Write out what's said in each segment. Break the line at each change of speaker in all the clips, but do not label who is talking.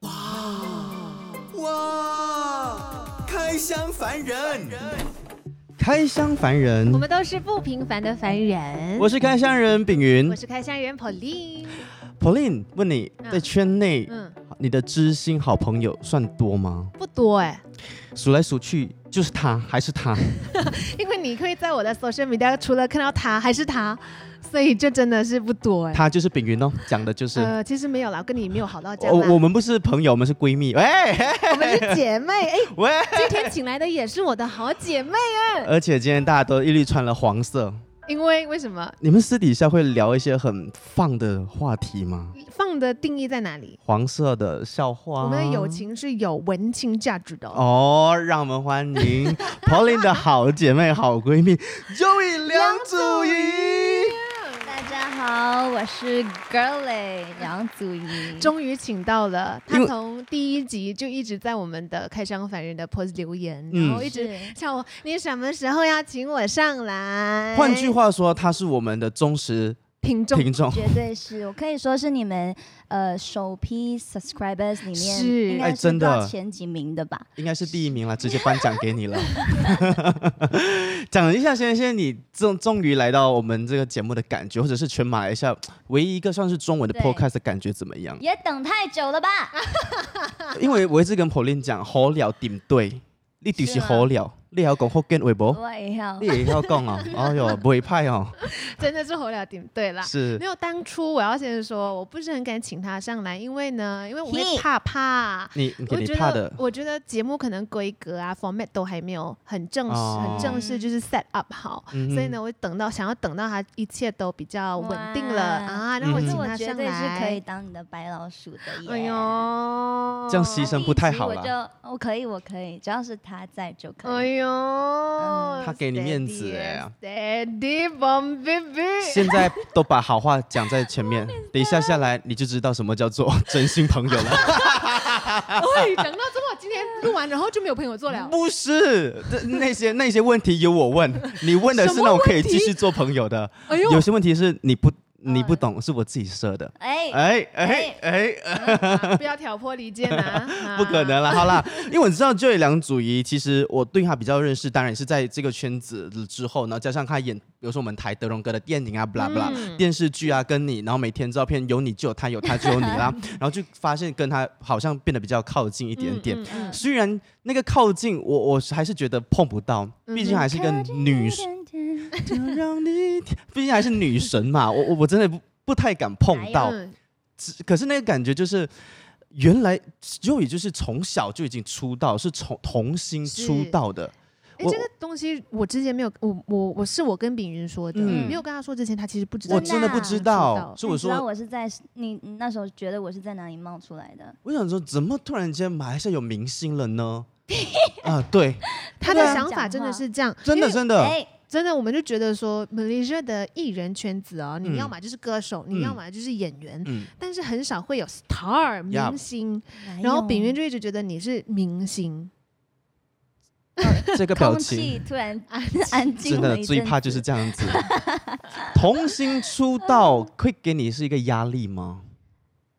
啊哇！开箱凡人，开箱凡人
我，们都是不平凡的凡人。
我是开箱人丙
我
云。
是开箱人 Pauline。
Pauline 问你，
嗯
在圈内，
嗯，
你的知心好朋友算多吗？
不多哎、
数来数去就是他，还是 他。
因为你会在我的 social media 除了看到他还是他，所以就真的是不多哎、
他就是丙云哦，讲的就是。哦
呃，其实没有啦，我跟你没有好到这样啦。
我我们不是朋友，我们是闺蜜。喂
我们是姐妹， 哎，
喂，
今天请来的也是我的好姐妹，
而且今天大家都一律穿了黄色。
因为为什么
你们私底下会聊一些很放的话题吗？
放的定义在哪里？
黄色的笑话。啊
我们的友。情是有文青价值的、哦。
哦，让我们欢迎 Pauline 的好姐妹、好闺蜜 Joey 梁祖仪。
大家好，我是 Girly 梁祖仪。
终于请到了，
因
她
为
从第一集就一直在我们的开箱凡人的 post 留言，
嗯
然后一直
是
叫我你什么时候要请我上来？
换句，话说，她是我们的忠实
品种
听众。
绝对是我可以说是你们呃首批 subscribers 里面
是哎
应
哎
该
真
是
的
到前几名的吧？
应该是第一名了，直接颁奖给你了。 讲一下，先先你终终于来到我们这个节目的感觉，或者是全马来西亚唯一一个算是中文的
对
podcast 的感觉怎么样？
也等太久了吧？
因为我一直跟 Pauline 讲，好了点对，你就是
是吗
好了，你还要讲福建 微
哦
博，
我也要
你。也要讲哦，哎呦，不会派哦，
真的是火了点对啦。
是
没有，当初我要先说，我不是很敢请他上来，因为呢，因为我会
嘿
怕怕。
你你
我
给你
觉
怕
得
的，，
我觉得节目可能规格啊、format 都还没有很正式、
哦
很正式，就是 set up 好。
嗯
所以呢，我等到想要等到他一切都比较稳定了
哇
啊，然后我
嗯
可
请
是我
他
绝
上
对是可以
来。
当你的白老鼠的耶！
哎呦，
这样牺牲不太好
我
啦
就我哦可以，我可以，只要是他在就可
哎
以。
呦，
他给你面子哎
嗯 Steady bomb baby，
现在都把好话讲在前 面，等一下下来你就知道什么叫做 真心朋友 了。啊
喂，哎讲到这么，今天录完然后就没有朋友做 了。
不是，这那些那些问题由我问， 你问的是那种可以继续做朋友的，
哎呦，哦
有些问题是你不你不懂，是我自己设的。
哎，
哎哎哎，哎
啊不要挑拨离间啊！啊
不可能了，好啦，因为我知道这位梁祖仪，其实我对她比较认识，当然也是在这个圈子之后，然后加上她演，比如说我们台德荣哥的电影
嗯
啊，blah blah，、电视剧啊，跟你，然后每天照片有你就有他，有他就有你啦，然后就发现跟他好像变得比较靠近一点点。
嗯嗯嗯
虽然那个靠近，我我还是觉得碰不到，
嗯
毕竟还是一个女， 就让你，毕竟还是女神嘛，我我我真的不不太敢碰到，
嗯
只可是那个感觉就是。原来就也就是从小就已经出道，是从童星出道的。
哎，
我
这个东西我之前没有，我我我是我跟炳云说的，
嗯
没有跟他说之前，他其实不知道。
我真的不知道，
不知
所以我
你知道
说，
我是在你你那时候觉得我是在哪里冒出来的？
我想说，怎么突然间马来西亚有明星了 呢？啊，对，
他
对
的
啊
想法真的是这样，
真的
因为
真的，
哎，
真的，我们就觉得说，马来西亚的艺人圈子哦，
嗯
你要么就是歌手，
嗯
你要么就是演员，
嗯，
但是很少会有 star 明星。
哎
哪
然后
有啊
炳云就一直觉得你是明星，
这个表
空
情
气突然安 静
真
了
的
一阵子，
最怕就是这 样子。童星出道会给你是一个压力吗？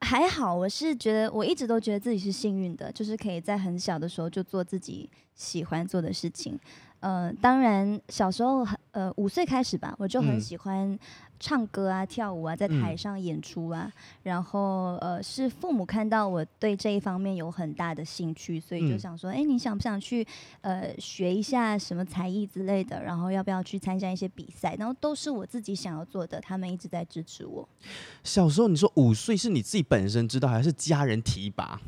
还好，我是觉得我一直都觉得自己是幸运的，就是可以在很小的时候就做自己喜欢做的事情。呃，当然小时候很呃五岁开始吧，我就
嗯
很喜欢唱歌啊、跳舞啊，在
嗯
台上演出啊。然后呃是父母看到我对这一方面有很大的兴趣，所以就
嗯
想说，哎、你想不想去呃学一下什么才艺之类的？然后要不要去参加一些比赛？然后都是我自己想要做的，他们一直在支持我。
小时候你说五岁是你自己本身知道，还是家人提拔？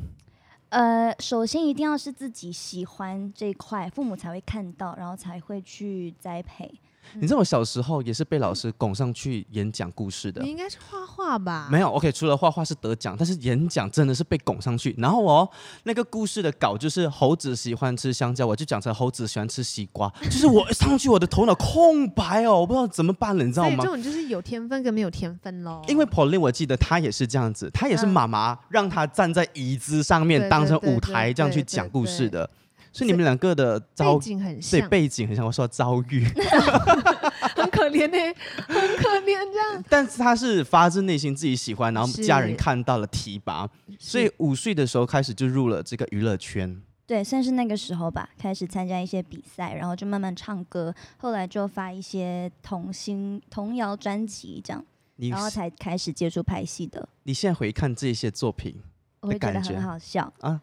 呃，首先一定要是自己喜欢这一块，父母才会看到，然后才会去栽培。
你知道我小时候也是被老师拱上去演讲故事的
你。应该是画画吧？
没有，OK，除了画画是得奖，但是演讲真的是被拱上去。然后哦，那个故事的稿就是猴子喜欢吃香蕉，我就讲成猴子喜欢吃西瓜，就是我 上去我的头脑空白哦，我不知道怎么办了，你知道
所以
吗
这？种就是有天分跟没有天分喽。
因为 Pauline，我记得她也是这样子，她也是
嗯
妈妈让她站在椅子上面
对
当成
对对
舞台
对
这样去
对
讲
对
故事
对
的，所以你们两个的
背
遭
景很
对
像，
背景很像，我说遭遇，
很可可怜呢、很可怜这样。
但是他是发自内心自己喜欢，然后
是
家人看到了提拔，所以五岁的时候开始就入了这个娱乐圈。
对，算是那个时候吧，开始参加一些比赛，然后就慢慢唱歌，后来就发一些童星童谣专辑这样，
你
然后才开始接触拍戏的。
你现在回看这些作品，
我会觉
感
得
觉
很好笑
啊，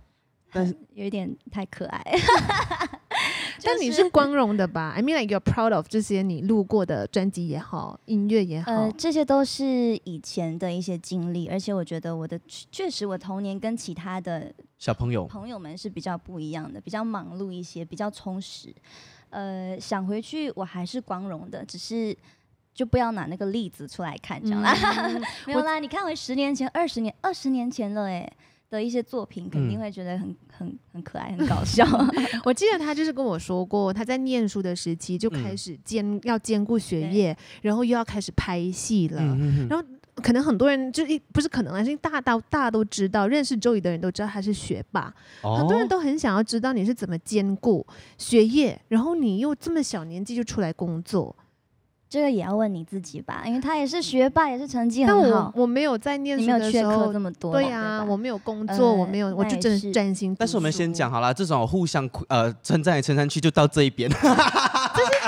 但是
很有一点太 可爱。
但你是光荣的吧？I mean, like you're proud of 这些你录过的专辑也好，音乐也好。
呃，这些都是以前的一些经历，而且我觉得我的确实我童年跟其他的
小朋友
朋友们是比较不一样的，比较忙碌一些，比较充实。呃，想回去我还是光荣的，只是就不要拿那个例子出来看，这样啦。
嗯
没有啦，你看回十年前、二十年、二十年前了哎的一些作品，肯定
嗯
会觉得很、很很可爱、很搞笑。
我记得他就是跟我说过，他在念书的时期就
嗯
开始兼、要兼顾学
对
业，然后又要开始拍戏了。
嗯嗯
然可能很多人就一不是可能啊，是大到大家都知道，认识周 o 的人都知道他是学霸，
哦
很多人都很想要知道你是怎么兼顾学业，然后你又这么小年纪就出来工作。
这个也要问你自己吧，因为他也是学霸，也是成绩
但
很
我
好，
我没有在念
你
书
没有
的
缺
时
课
候
这，么多嘛，
对呀、啊
吧
我没有工作，我没有，
呃
我就
那
真的
也
是
是
专心。
但是我们先讲，好了，这种互相亏呃称赞来称赞去，就到这一边。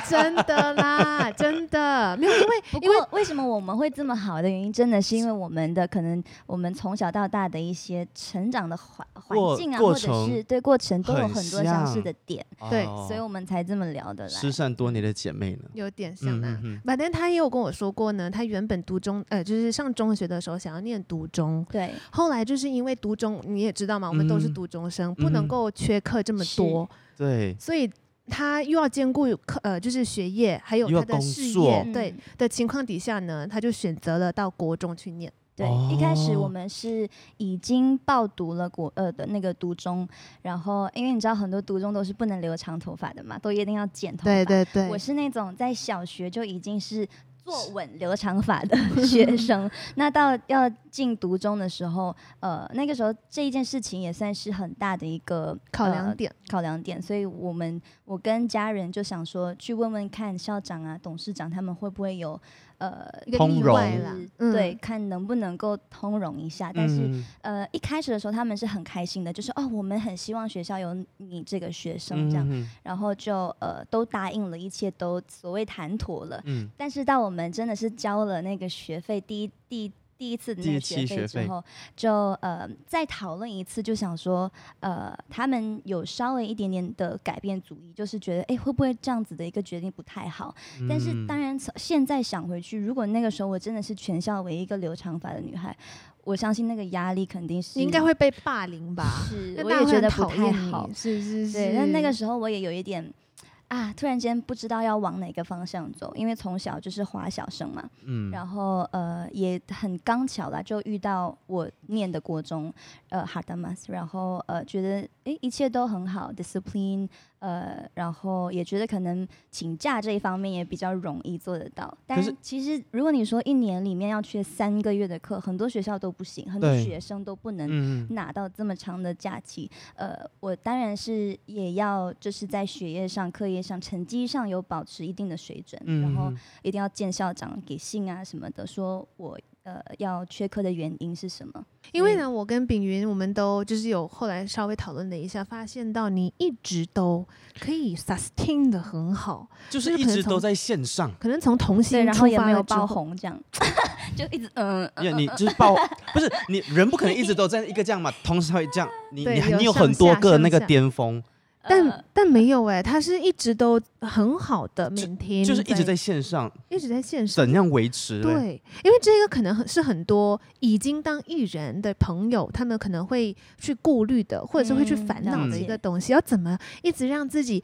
真的啦，真的没有，因为
不
因为
过为什么我们会这么好的原因，真的是因为我们的可能我们从小到大的一些成长的环
过
环境啊，
过
或者是对过程都有
很
很多相似
像
的点，
对
哦
所以我们才这么聊得来。啊
失散多年的姐妹呢？
有点像啦。
嗯
反正他也有跟我说过呢，他原本读中，呃，就是上中学的时候想要念读中，
对，
后来就是因为读中，你也知道嘛，我们都是
嗯
读中生，
嗯
不
哼
能够缺课这么
是
多，
对，
所以他又要兼顾课，呃，就是学业还有
又要
他的
工
事
作
业，
嗯
对的情况底下呢，他就选择了到国中去念。
对，
哦
一开始我们是已经报读了国呃的那个读中，然后因为你知道很多读中都是不能留长头发的嘛，都一定要剪头发。
对
我是那种在小学就已经是坐稳留长发 的学生，那到要进读中的时候，呃，那个时候这一件事情也算是很大的一个
考
呃
量点，
考量点，所以我们我跟家人就想说去问问看校长啊、董事长他们会不会有呃
一个
通
例
融
外啦
是，
嗯
对，，看能不能够通融一下。但是、
嗯
呃，一开始的时候他们是很开心的，就是哦，我们很希望学校有你这个学生这样，
嗯
然后就呃都答应了，一切都所谓谈妥了。
嗯
但是到我们真的是交了那个学费，第一第一第一次的那
第一
个
期
学
学
费
费
之后，就呃再讨论一次，就想说呃他们有稍微一点点的改变主意，就是觉得哎会不会这样子的一个决定不太好？
嗯
但是当然从现在想回去，如果那个时候我真的是全校唯一一个留长发的女孩，我相信那个压力肯定是
你应该会被霸凌吧？
嗯是
那，
我
大家
也
会
觉
很
得不
讨
太
厌你
好。
是是是。
对，但那个时候我也有一点啊，突然间不知道要往哪个方向走，因为从小就是华小生嘛，
嗯
然后呃也很刚巧啦，就遇到我念的国中呃哈达马斯，然后呃觉得诶一切都很好，discipline，呃然后也觉得可能请假这一方面也比较容易做得到，但
是
其实如果你说一年里面要缺三个月的课，很多学校都不行，很多
对
学生都不能
嗯嗯
拿到这么长的假期，呃，我当然是也要就是在学业上、课业上、成绩上有保持一定的水准，
嗯
然后
嗯
一定要见校长给信啊什么的，说我呃要缺课的原因是什么？
因为呢，我跟炳云我们都就是有后来稍微讨论了一下，发现到你一直都可以 sustain 的很好，
就是
就是
一
可能
直都
从
在线 上。
可能从童
对，
星
然
出
后也
发
没有
了之
爆
后，
红，这样 就一直嗯。
因为你就是爆，不是你人不可能一直都在一个这样嘛，同时会这样，你
对
你
有
你有
上
很多
下
个
上
那个
下
巅峰，
呃
但但没有哎、他是一直都很好的每天，
就是一直在线上，
一直在线上。
怎样维持嘞？
对，因为这个可能很是很多已经当艺人的朋友，他们可能会去顾虑的，或者是会去
嗯
烦
了
恼的一
解
个东西，要怎么一直让自己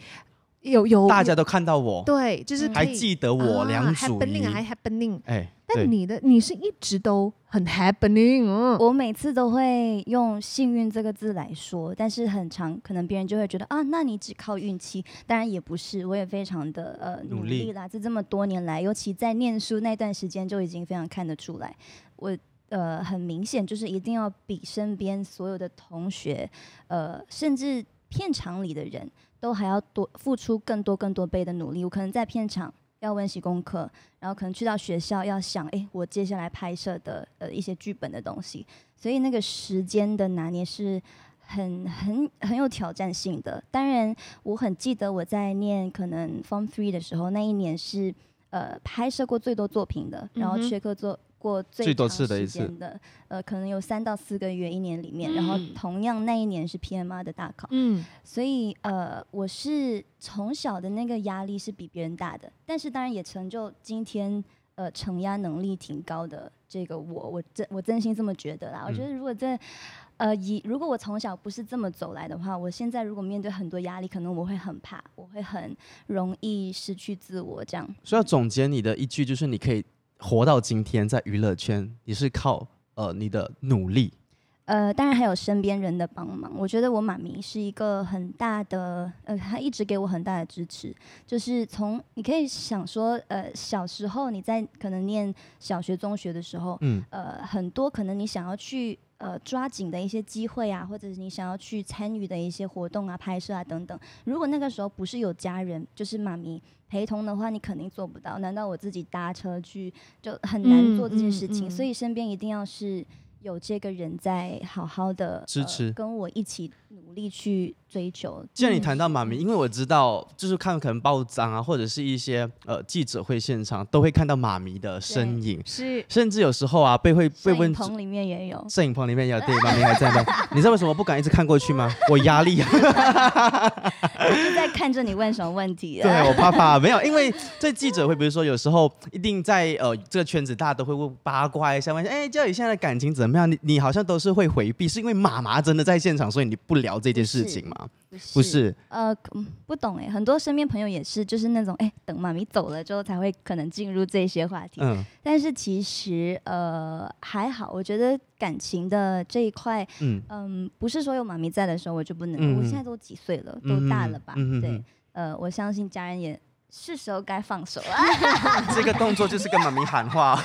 有有
大家都看到我，
对，就是
嗯
可
还
以
记得我梁
还
祖
happening
仪
啊，还 happening。
哎，对
但你的你是一直都很 happening，嗯，
我每次都会用“幸运”这个字来说，但是很长，可能别人就会觉得啊，那你只靠运气。当然也不是，我也非常的呃
努
努
力
力啦。这这么多年来，尤其在念书那段时间，就已经非常看得出来，我呃很明显就是一定要比身边所有的同学，呃，甚至片场里的人都还要多付出更多更多倍的努力。我可能在片场要温习功课，然后可能去到学校要想，哎，我接下来拍摄的呃一些剧本的东西，所以那个时间的拿捏是很很很有挑战性的。当然，我很记得我在念可能 Form Three 的时候，那一年是呃拍摄过最多作品的，然后
嗯哼
缺课做过最
最多
长
次的
时
一次
间的，呃，可能有三到四个月一年里面，然后
嗯
同样那一年是 PMR 的大考，
嗯
所以呃，我是从小的那个压力是比别人大的，但是当然也成就今天呃承压能力挺高的这个我，我真我真心这么觉得啦。我觉得如果在呃以如果我从小不是这么走来的话，我现在如果面对很多压力，可能我会很怕，我会很容易失去自我这样。
所以要总结你的一句就是，你可以活到今天，在娱乐圈，你是靠呃你的努力。
呃，当然还有身边人的帮忙。我觉得我妈咪是一个很大的，呃，她一直给我很大的支持。就是从你可以想说，呃，小时候你在可能念小学、中学的时候，
嗯，
呃，很多可能你想要去呃抓紧的一些机会啊，或者是你想要去参与的一些活动啊、拍摄啊等等。如果那个时候不是有家人，就是妈咪陪同的话，你肯定做不到。难道我自己搭车去就很
嗯
难做这件
嗯
事情？
嗯
所以身边一定要是有这个人在好好的
支持
跟我一起努力去追求。
既然你谈到妈
嗯
咪，因为我知道，就是看可能报章啊，或者是一些呃记者会现场，都会看到妈咪的身影，
是
甚至有时候啊被会被
嗯摄影
问
棚里面也有，
摄影棚里面也有对妈咪还在吗？ 你知道为什么不敢一直看过去吗？我压力、啊，
就在看着你问什么问题、
对
啊。
我怕怕，没有，因为在记者会，比如说有时候一定在呃这个圈子，大家都会问八卦一下，问哎教宇现在的感情怎么样？你你好像都是会回避，是因为妈妈真的在现场，所以你不聊这件事情吗？不是，
呃，嗯不懂哎、很多身边朋友也是，就是那种哎、等妈咪走了之后才会可能进入这些话题。
嗯
但是其实呃还好，我觉得感情的这一块，
嗯，
嗯，不是说有妈咪在的时候我就不能。
嗯
我现在都几岁了，都大了吧？
嗯嗯嗯嗯
对，呃，我相信家人也是时候该放手了。
这个动作就是跟妈咪喊话。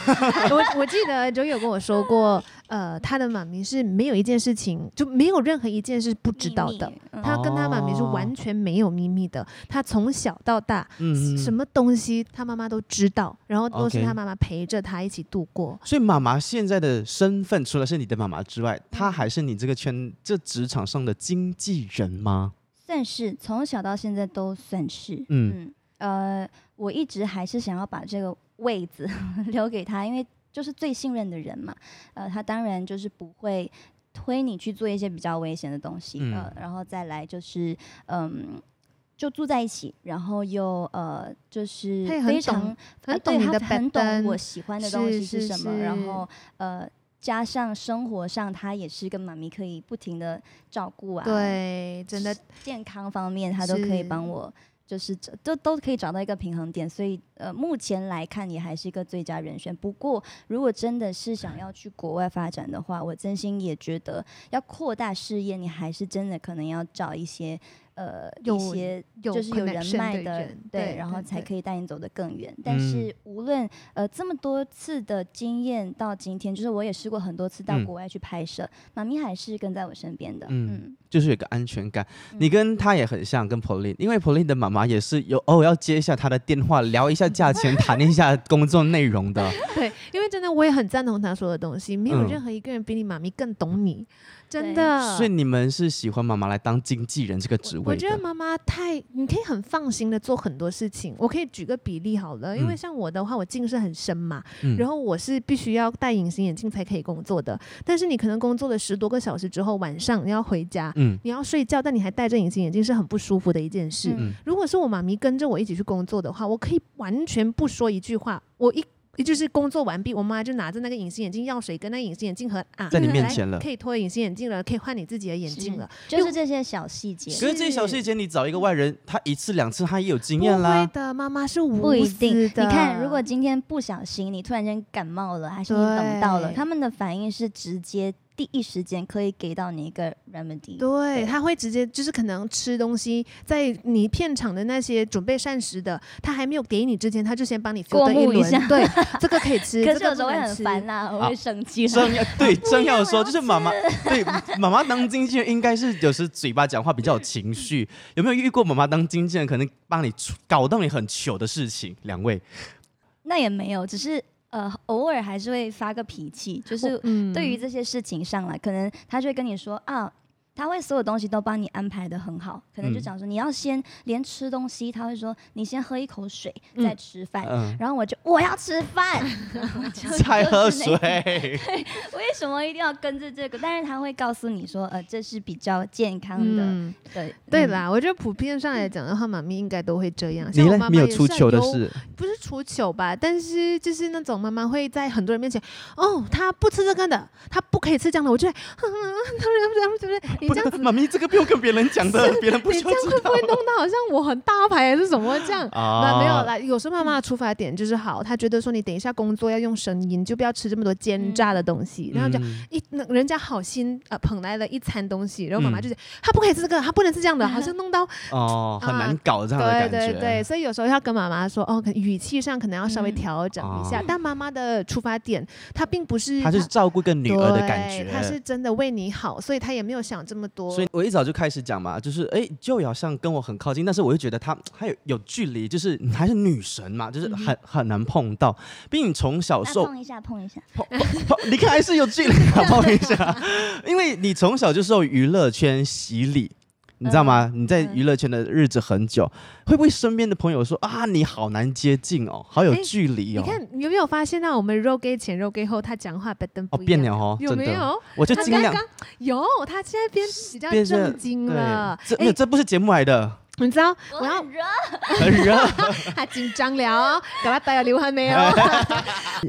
我我记得周友跟我说过，呃，他的妈咪是没有一件事情，就没有任何一件是不知道的
秘。密，嗯
他跟他妈咪是
哦
完全没有秘密的，他从小到大，
嗯
什？么东西他妈妈都知道，然后都是
OK
他妈妈陪着他一起度过。
所以妈妈现在的身份，除了是你的妈妈之外，她还是你这个圈这职场上的经纪人吗？
算是从小到现在都算是。
嗯，
嗯，呃，我一直还是想要把这个位子 留给他，因为就是最信任的人嘛。呃，他当然就是不会推你去做一些比较危险的东西，
嗯
呃，然后再来就是，嗯，就住在一起，然后又呃，就是
他也很
非常
懂
呃
很
对
懂你
他
的
很
板
懂
凳
我喜欢的东西
是
是什
是
么，然
是
后呃。加上生活上，他也是跟妈咪可以不停的照顾啊，
对，真的，
健康方面，他都可以
是
帮我，就是这都都可以找到一个平衡点。所以呃，目前来看也还是一个最佳人选。不过，如果真的是想要去国外发展的话，我真心也觉得要扩大事业，你还是真的可能要找一些呃
有
一些
有
就是有人
connection
脉
的
的
人，
对，
对
然后
对
才
对
可以带你走得更远。但是无论呃这么多次的经验到今天，就是我也试过很多次到
嗯
国外去拍摄，妈咪还是跟在我身边的，
嗯
嗯
就是有个安全感。
嗯
你跟她也很像，跟 Pauline，因为 Pauline 的妈妈也是有偶尔要接一下她的电话，聊一下价钱，谈一下工作内容的。
对，因为真的我也很赞同他说的东西，没有
嗯
任何一个人比你妈咪更懂你，真
对
的。
所以你们是喜欢妈妈来当经纪人这个职
嗯我
位
觉得
的。
妈妈太，你可以很放心的做很多事情。我可以举个比例好了，因为
嗯
像我的话，我近视很深嘛，
嗯
然后我是必须要戴隐形眼镜才可以工作的。但是你可能工作了十多个小时之后，晚上你要回家，
嗯
你要睡觉，但你还戴着隐形眼镜是很不舒服的一件事。
嗯
如果是我妈咪跟着我一起去工作的话，我可以完全不说一句话，我一。就是工作完毕，我妈就拿着那个隐形眼镜药水跟那个隐形眼镜盒啊，
在你
来
面前了
可以脱隐形眼镜了，可以换你自己的眼镜了。
就是这些小细节。
可是这些小细节，你找一个外人，他一次两次，他也有经验
不
啦
会。的，妈妈是
不
无
一
私
定，你
的
看，如果今天不小心，你突然间感冒了，还是你冷到了，
对
他们的反应是直接第一时间可以给到你一个 remedy。
对，
对
他会直接就是可能吃东西，在你片场的那些准备膳食的，他还没有给你之前，他就先帮你 filter
过目一
轮
下
对， 这个可以吃，
可
这
是
个
有
不
时候会
能
很
吃
烦呐、我
啊
会生气。
正要对正
要
要
我
说，
要
就是妈妈对妈妈当经纪人应该是有时嘴巴讲话比较有情绪，有没有遇过妈妈当经纪人可能帮你出搞到你很糗的事情？两位
那也没有，只是呃，偶尔还是会发个脾气，就是
嗯
对于这些事情上来，可能他就会跟你说啊。他会所有东西都帮你安排的很好，可能就
嗯
讲说你要先连吃东西，他会说你先喝一口水再
嗯
吃饭，
嗯，
然后我就我要吃饭， 然后哎 就
才喝。
就是那
水，
为什么一定要跟着这个？但是他会告诉你说，呃，这是比较健康的，
嗯
对
对
嗯
啦，我觉得普遍上来讲的话，妈咪应该都会这样。
你
像我
嘞
妈妈
没有
也
出
是啊
糗的，事，
不是出糗吧？但是就是那种妈妈会在很多人面前，哦，她不吃这个的，她不可以吃这样的，我就会， 哼哼哼对不对？对不对？你
不
这样子，
妈咪这个不用跟别人讲的，别人不
你
需
这
要
样
知
会不
道
会弄到好像我很大牌还是什么这样？那
啊
没有啦，有时候妈妈的出发点就是好，她觉得说你等一下工作要用声音，就不要吃这么多煎炸的东西，然后就
嗯
一那人家好心呃捧来了一餐东西，然后妈
嗯
妈就讲、她不可以吃这个，她不能吃这样的，好像 弄到
哦，很难
啊
搞这样的
对
感觉，
对对，所以有时候要跟妈妈说哦，可语气上可能要稍微
嗯
调整一下，
哦
但妈妈的出发点她并不是
他就是照顾一个女儿的感觉，
对她是真的为你好，所以她也没有想这么多。
所以我一早就开始讲嘛，就是哎，就好像跟我很靠近，但是我又觉得她还有有距离，就是你还是女神嘛，就是
嗯
很、很难碰到。毕竟从小
那
受
碰一下碰一下，
碰碰碰，你看还是有距离啊，碰一 下，因为你从小就受娱乐圈洗礼。你知道吗？
嗯
你在娱乐圈的日子很久，会不会身边的朋友说啊，你好难接近哦，好有
哎
距离
你
哦？
看有没有发现到我们肉 gay 前肉 gay 后，她讲话本登
哦，
不一
变
样，
了哦，
有
真
没
的，
有？
我就
她
尽
刚
量
刚有，她现在变比较
变成
正经
对
了。，
这没
哎
有，这不是节目来 的，
你知道
我
我要
很热，
很热。
她紧张了 哦，搞她带有流汗没有？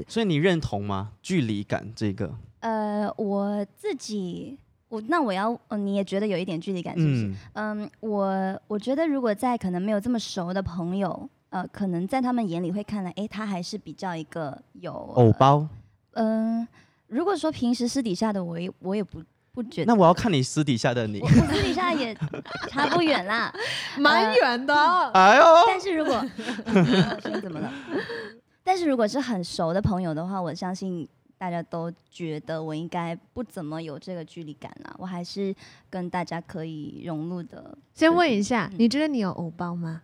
所以你认同吗？距离感这个，
呃，我自己。我那我要、呃，你也觉得有一点距离
哎
感是不是？
嗯，
嗯，我我觉得如果在可能没有这么熟的朋友，呃，可能在他们眼里会看来，诶，他还是比较一个有
偶，包。
嗯、呃如果说平时私底下的我也我也不不觉得，
那我要看你私底下的你
我。我私底下也差不 远啦。
蛮远的。
哎呦，
但是如果我声音怎么了？但是如果是很熟的朋友的话，我相信大家都觉得我应该不怎么有这个距离感啦，我还是跟大家可以融入的。
先问一下，
嗯
你觉得你有偶包吗？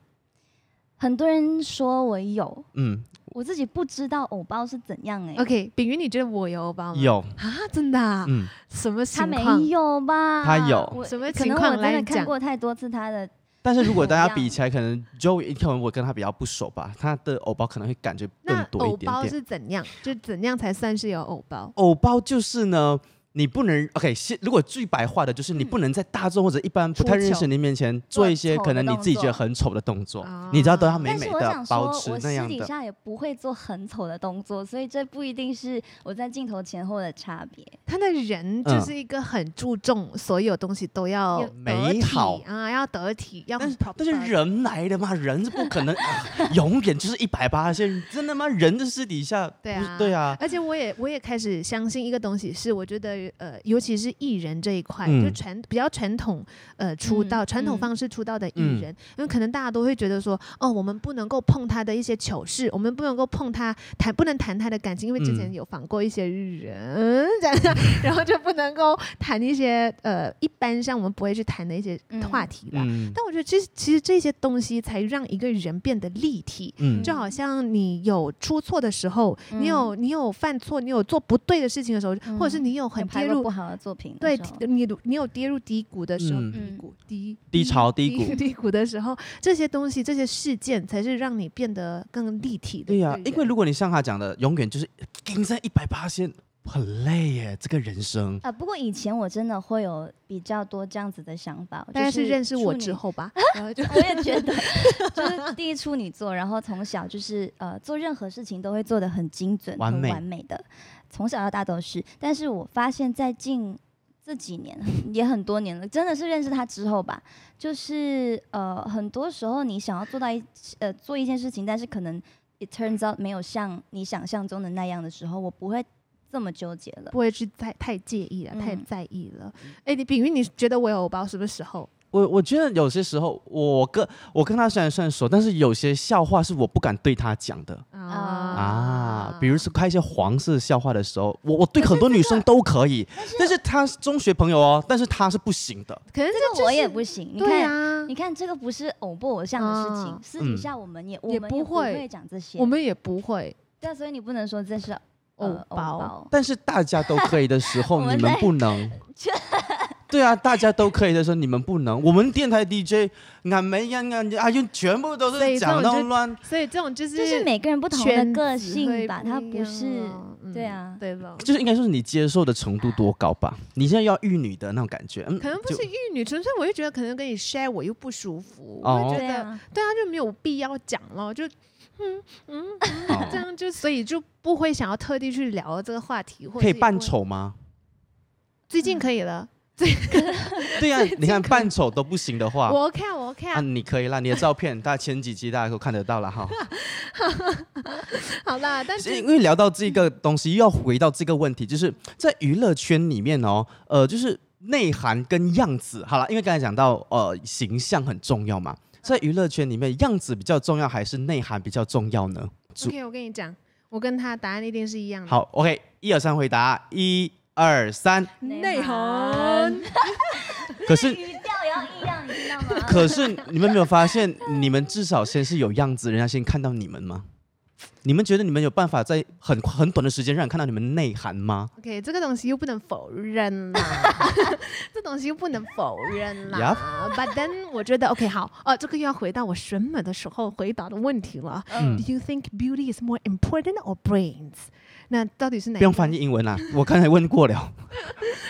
很多人说我有，
嗯，
我自己不知道偶包是怎样哎、
OK，炳云，你觉得我有欧巴吗？
有，
啊，真的、啊？
嗯，
什么
他
情
没
况？
有吧？
他有
我
什么
可
情
能
况
我
来
真的看
讲？
过太多次他的，
但是如果大
怎
家
样
比起来，可能 Joey 可能我跟他比较不熟吧，他的偶包可能会感觉更
那
多一
偶
点
包
点。
是怎样？就怎样才算是有偶包？
偶包就是呢，你不能 OK，是如果最白话的就是你不能在大众或者一般不太认识你面前做一些
嗯做丑
可能你自己觉得很丑的动作，你只要都要美
但
美
是我
的
想说，
保
我
持那
私
样
底
的。
下也不会做很丑的动作，所以这不一定是我在镜头前后的差别。
他的人就是一个很注重所有东西都要
有
嗯美好
得体啊，要得体，要
但
很
是但是
proper
人来的嘛，人是不可 能、啊永远就是一百八线，真的吗？人的私底下
对
不是
啊
对啊，
而且我也我也开始相信一个东西，是我觉得呃，尤其是艺人这一块，
嗯
就传比较传统呃出道、
嗯
传统
嗯
方式出道的艺
嗯
人，因为可能大家都会觉得说，哦，我们不能够碰他的一些糗事，我们不能够碰他谈不能谈他的感情，因为之前
嗯
有访过一些 人，这样然后就不能够谈一些呃一般上我们不会去谈的一些
嗯
话题啦。
嗯
但我觉得其实其实这些东西才让一个人变得立体，
嗯
就好像你有出错的时候，你有你有犯错，你有做不对的事情的时候，或者是
嗯
你有很
有
跌
拍过
入
不好的作品的
对
时候，
你你有跌入低谷的时候，
嗯
低谷低
低潮低谷
低谷的时候，这些东西这些事件才是让你变得更立体的。
对呀、
不
因为如果你像他讲的，永远就是盯在一百八线，很累耶，这个人生。
啊、不过以前我真的会有比较多这样子的想法，
大概
就是
认识我
处女
之，后 吧，然后就
我也觉得 就是第一处女座，然后从小就是呃做任何事情都会做的很精准、
完
很
美
完美的，从小到大都是。但是我发现，在近这几年 也很多年了，真的是认识他之后吧，就是呃很多时候你想要做到一呃做一件事情，但是可能 it turns out 没有像你想象中的那样的时候，我不会这么纠结了。
不会去太太介意了，太
嗯
在意了。哎、你炳云，你觉得我有偶包什么时候？
我我觉得有些时候，我跟我跟他虽然算熟，但是有些笑话是我不敢对他讲的
啊
啊。比如是开一些黄色笑话的时候，我我对很多女生都可以，但是他是中学朋友哦，但是他是不行的。
可能
这
就
个我
是
也不行，你
对
看，
啊
你，看这个不是偶不偶像的事情
啊，
私
嗯
底下我们也我
也
们
不
也不
会
会讲这些
我，们也不会
对啊，所以你不能说这是
偶
呃偶
包
包。
但是大家都可以的时候，
我
你
们
们
在
不能。对啊，大家都可以的时候，你们不能。我们电台 DJ 俺没呀俺阿用全部都
所以
是
这
讲
种就
到乱。
所以这种就是
就是每个人不同的
圈
个
子会
性吧，他
一
不
样
是
了嗯
对啊
对了。
就是应该说是你接受的程度多高吧？你现在要玉女的那种感觉，嗯，
可能不
就是
玉女，纯粹我就觉得可能跟你 share 我又不舒服，
哦
我就觉
对
得、
啊，
对啊就没有必要讲了，就嗯嗯
哦
啊
这样就所以就不会想要特地去聊这个话题，或者
可以
是也
扮
不会，
丑 吗？
最近可以了，
对呀、你看扮丑都不行的话，
我 OK 啊我 OK 啊
啊，，你可以啦，你的照片大家前几期大家都看得到了哈。
好啦， 但
因
是
为聊到这个东西，又要回到这个问题，就是在娱乐圈里面哦，呃，就是内涵跟样子。好了，因为刚才讲到呃，形象很重要嘛，
嗯
在娱乐圈里面，样子比较重要还是内涵比较重要呢？主
OK 我跟你讲，我跟他答案一定是一样的，
好，OK，一二三回答，一二三。
内
涵
涵。
可是
语调也要一样，你知道 吗？
可是你们没有发现，你们至少先是有样子，人家先看到你们吗？你们觉得你们有办法在很很短的时间让人看到你们内涵吗？
OK，这个东西又不能 否认啦，这东西又不能否认啦。But then，我觉得 OK 好，哦，这个又要回到我选美的时候回答的问题了。
嗯
Do you think beauty is more important or brains？那到底是哪一
不
个？
用翻译英文 啦，我刚才问过了。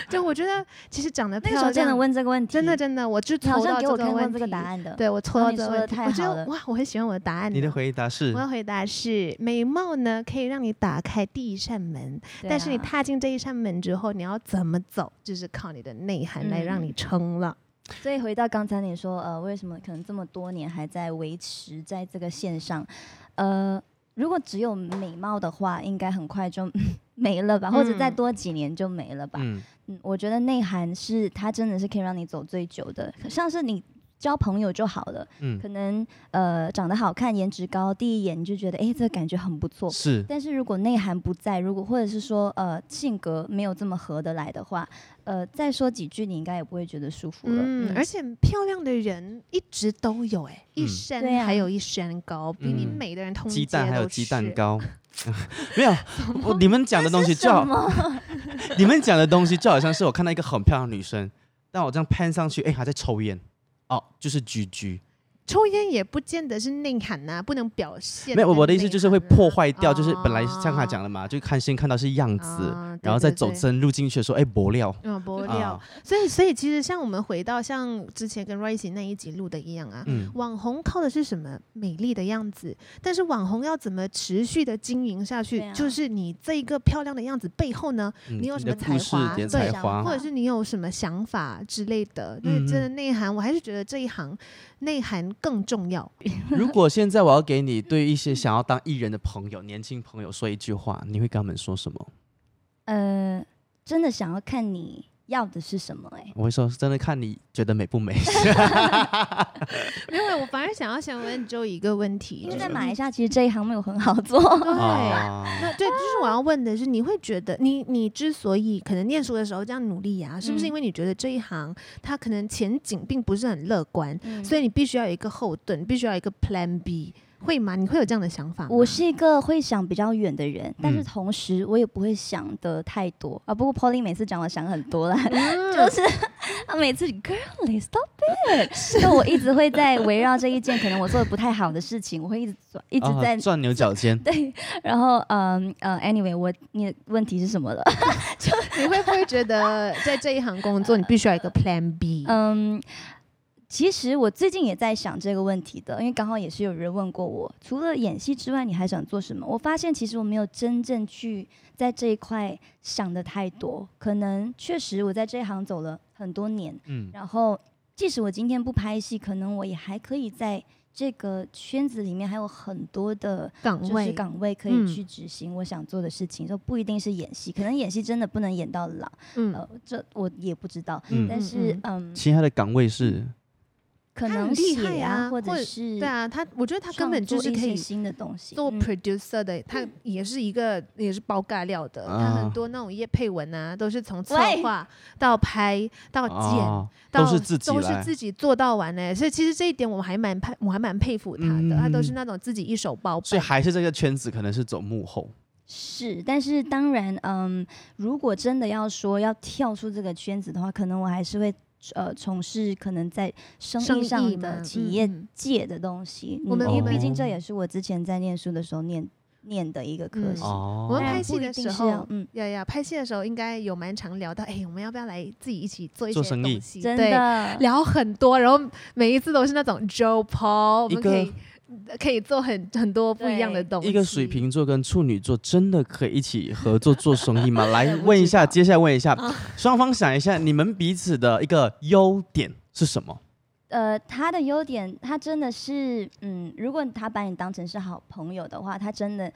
就我觉得，其实长得
那
漂
个时
亮，
候真的问这个问题，
真的真的，我就
你好
抽
像
到
给
这
我
个
看过
问
这
题。
个答案的。
对我抽
然
到
后
这个
你说得
问题，
太
我觉
好
得
了
哇，我很喜欢我的答案。
你的回答是
我要回答是：美貌呢，可以让你打开第一扇门，
对
但是你
啊
踏进这一扇门之后，你要怎么走，就是靠你的内涵来让
嗯
你撑了。
所以回到刚才你说，呃，为什么可能这么多年还在维持在这个线上？呃，如果只有美貌的话，应该很快就 没了吧，或者再
嗯
多几年就没了吧。嗯
嗯，
我觉得内涵是它真的是可以让你走最久的，像是你。交朋友就好了，
嗯
可能呃长得好看、颜值高，第一眼你就觉得哎、诶这个感觉很不错，
是
但是如果内涵不在，如果或者是说呃性格没有这么合得来的话，呃再说几句你应该也不会觉得舒服了。
嗯，而且漂亮的人一直都有、哎、一
嗯
山
对啊
还有一山高，比你
嗯
美的人通
鸡
街
蛋还有
都
鸡蛋
是。
糕， 没有，我你们讲的东西就好， 你们讲的东西就好像是我看到一个很漂亮的女生，但我这样攀上去，哎，还在抽烟，哦，就是居居。
抽烟也不见得是内涵呐、不能表现。
没有，我的意思就是会
啊
破坏掉，
哦
就是本来像他
他
讲的嘛，就看先看到是样子，
啊对
然后再
对
走
对
真入进去的时候，哎，薄料。
嗯，不料
啊。，
所以，所以其实像我们回到像之前跟 Rice 那一集录的一样啊，
嗯
网红靠的是什么？美丽的样子。但是网红要怎么持续的经营下去？
对啊
就是你这一个漂亮的样子背后呢，
嗯
你有什
的
么才
故事
华
点
对
才
想
华
啊
或， 者是你有什么想法之类的？那
嗯嗯
真的内涵，我还是觉得这一行内涵更重要。
如果现在我要给你对一些想要当艺人的朋友、年轻朋友说一句话，你会跟他们说什么？
呃，真的想要看你要的是什么、
嗯
哎，
我会说，真的看你觉得美不 美。
没有，我反而想要想问 Joe 一个问题，
因
就是
为嗯在
你
马来西亚其实这一行没有很好 做。
对。
啊，
那对，就是我要问的是，你会觉得你你之所以可能念书的时候这样努力呀、是不是
嗯
因为你觉得这一行它可能前景并不是很乐观，
嗯
所以你必须要有一个后盾，你必须要有一个 Plan B，会吗？你会有这样的想法吗？
我是一个会想比较远的人，但是
嗯
同时我也不会想的太多、啊。不过 Polly 每次讲我想很 多啦，
嗯
就是他每次 Girl, you stop it，所以我一直会在围绕这一件可能我做的不太好的事情，我会一直转，一直
啊
在
钻牛角尖。
对，然后嗯呃，anyway，我你的问题是什么了？
你会不会觉得在这一行工作，你必须要有一个 Plan B？
嗯，其实我最近也在想这个问题的，因为刚好也是有人问过我，除了演戏之外，你还想做什么？我发现其实我没有真正去在这一块想的太多，可能确实我在这一行走了很多年，
嗯
然后即使我今天不拍戏，可能我也还可以在这个圈子里面还有很多的
岗
就是
位，
岗位可
嗯
以去执行我想做的事情，就不一定是演戏，可能演戏真的不能演到老，
嗯，
呃，这我也不知道。
嗯
但是嗯，
其他的岗位是
可
他
能
很厉害
写
啊
或
或
者
者
是
对啊，他我觉得他根本就是
创作一
可
些
以
新的东西，
做
嗯
producer 的，他也是一个也是包盖料的，他
啊
很多那种业配文啊，都是从策
喂
划到拍到剪
哦，
到
都是自己
都是
来
自己做到完呢。所以其实这一点我还蛮佩我还蛮佩服他的，他都是那种自己一手包
所以
办。
还嗯是这个圈子可能是走幕后，
是，但是当然，嗯，如果真的要说要跳出这个圈子的话，可能我还是会呃从事可能在生意上
嘛
的
嗯
企业
嗯
界的东西。
我们
嗯因
我
为
们
毕竟这也是我之前在念书的时候念念的一个科
嗯
系。
哦
我们
当然
拍戏
不一
的
定
时
是要
候
嗯，
呀呀，拍戏的时候应该有蛮常聊到，哎，我们要不要来自己一起做一些
做生意
东西？
真
对，
的，
聊很多，然后每一次都是那种 Joe Paul，我
一
们可
个
以可以做很很多不一样的
对
东西。
一个水瓶座跟处女座真的可以一起合作做生意 吗？来问一下，
不知道
接下来问一下，
嗯
双方想一下你们彼此的一个优点是什么？
呃，他的优点，他真的是，嗯，如果他把你当成是好朋友的话，他真的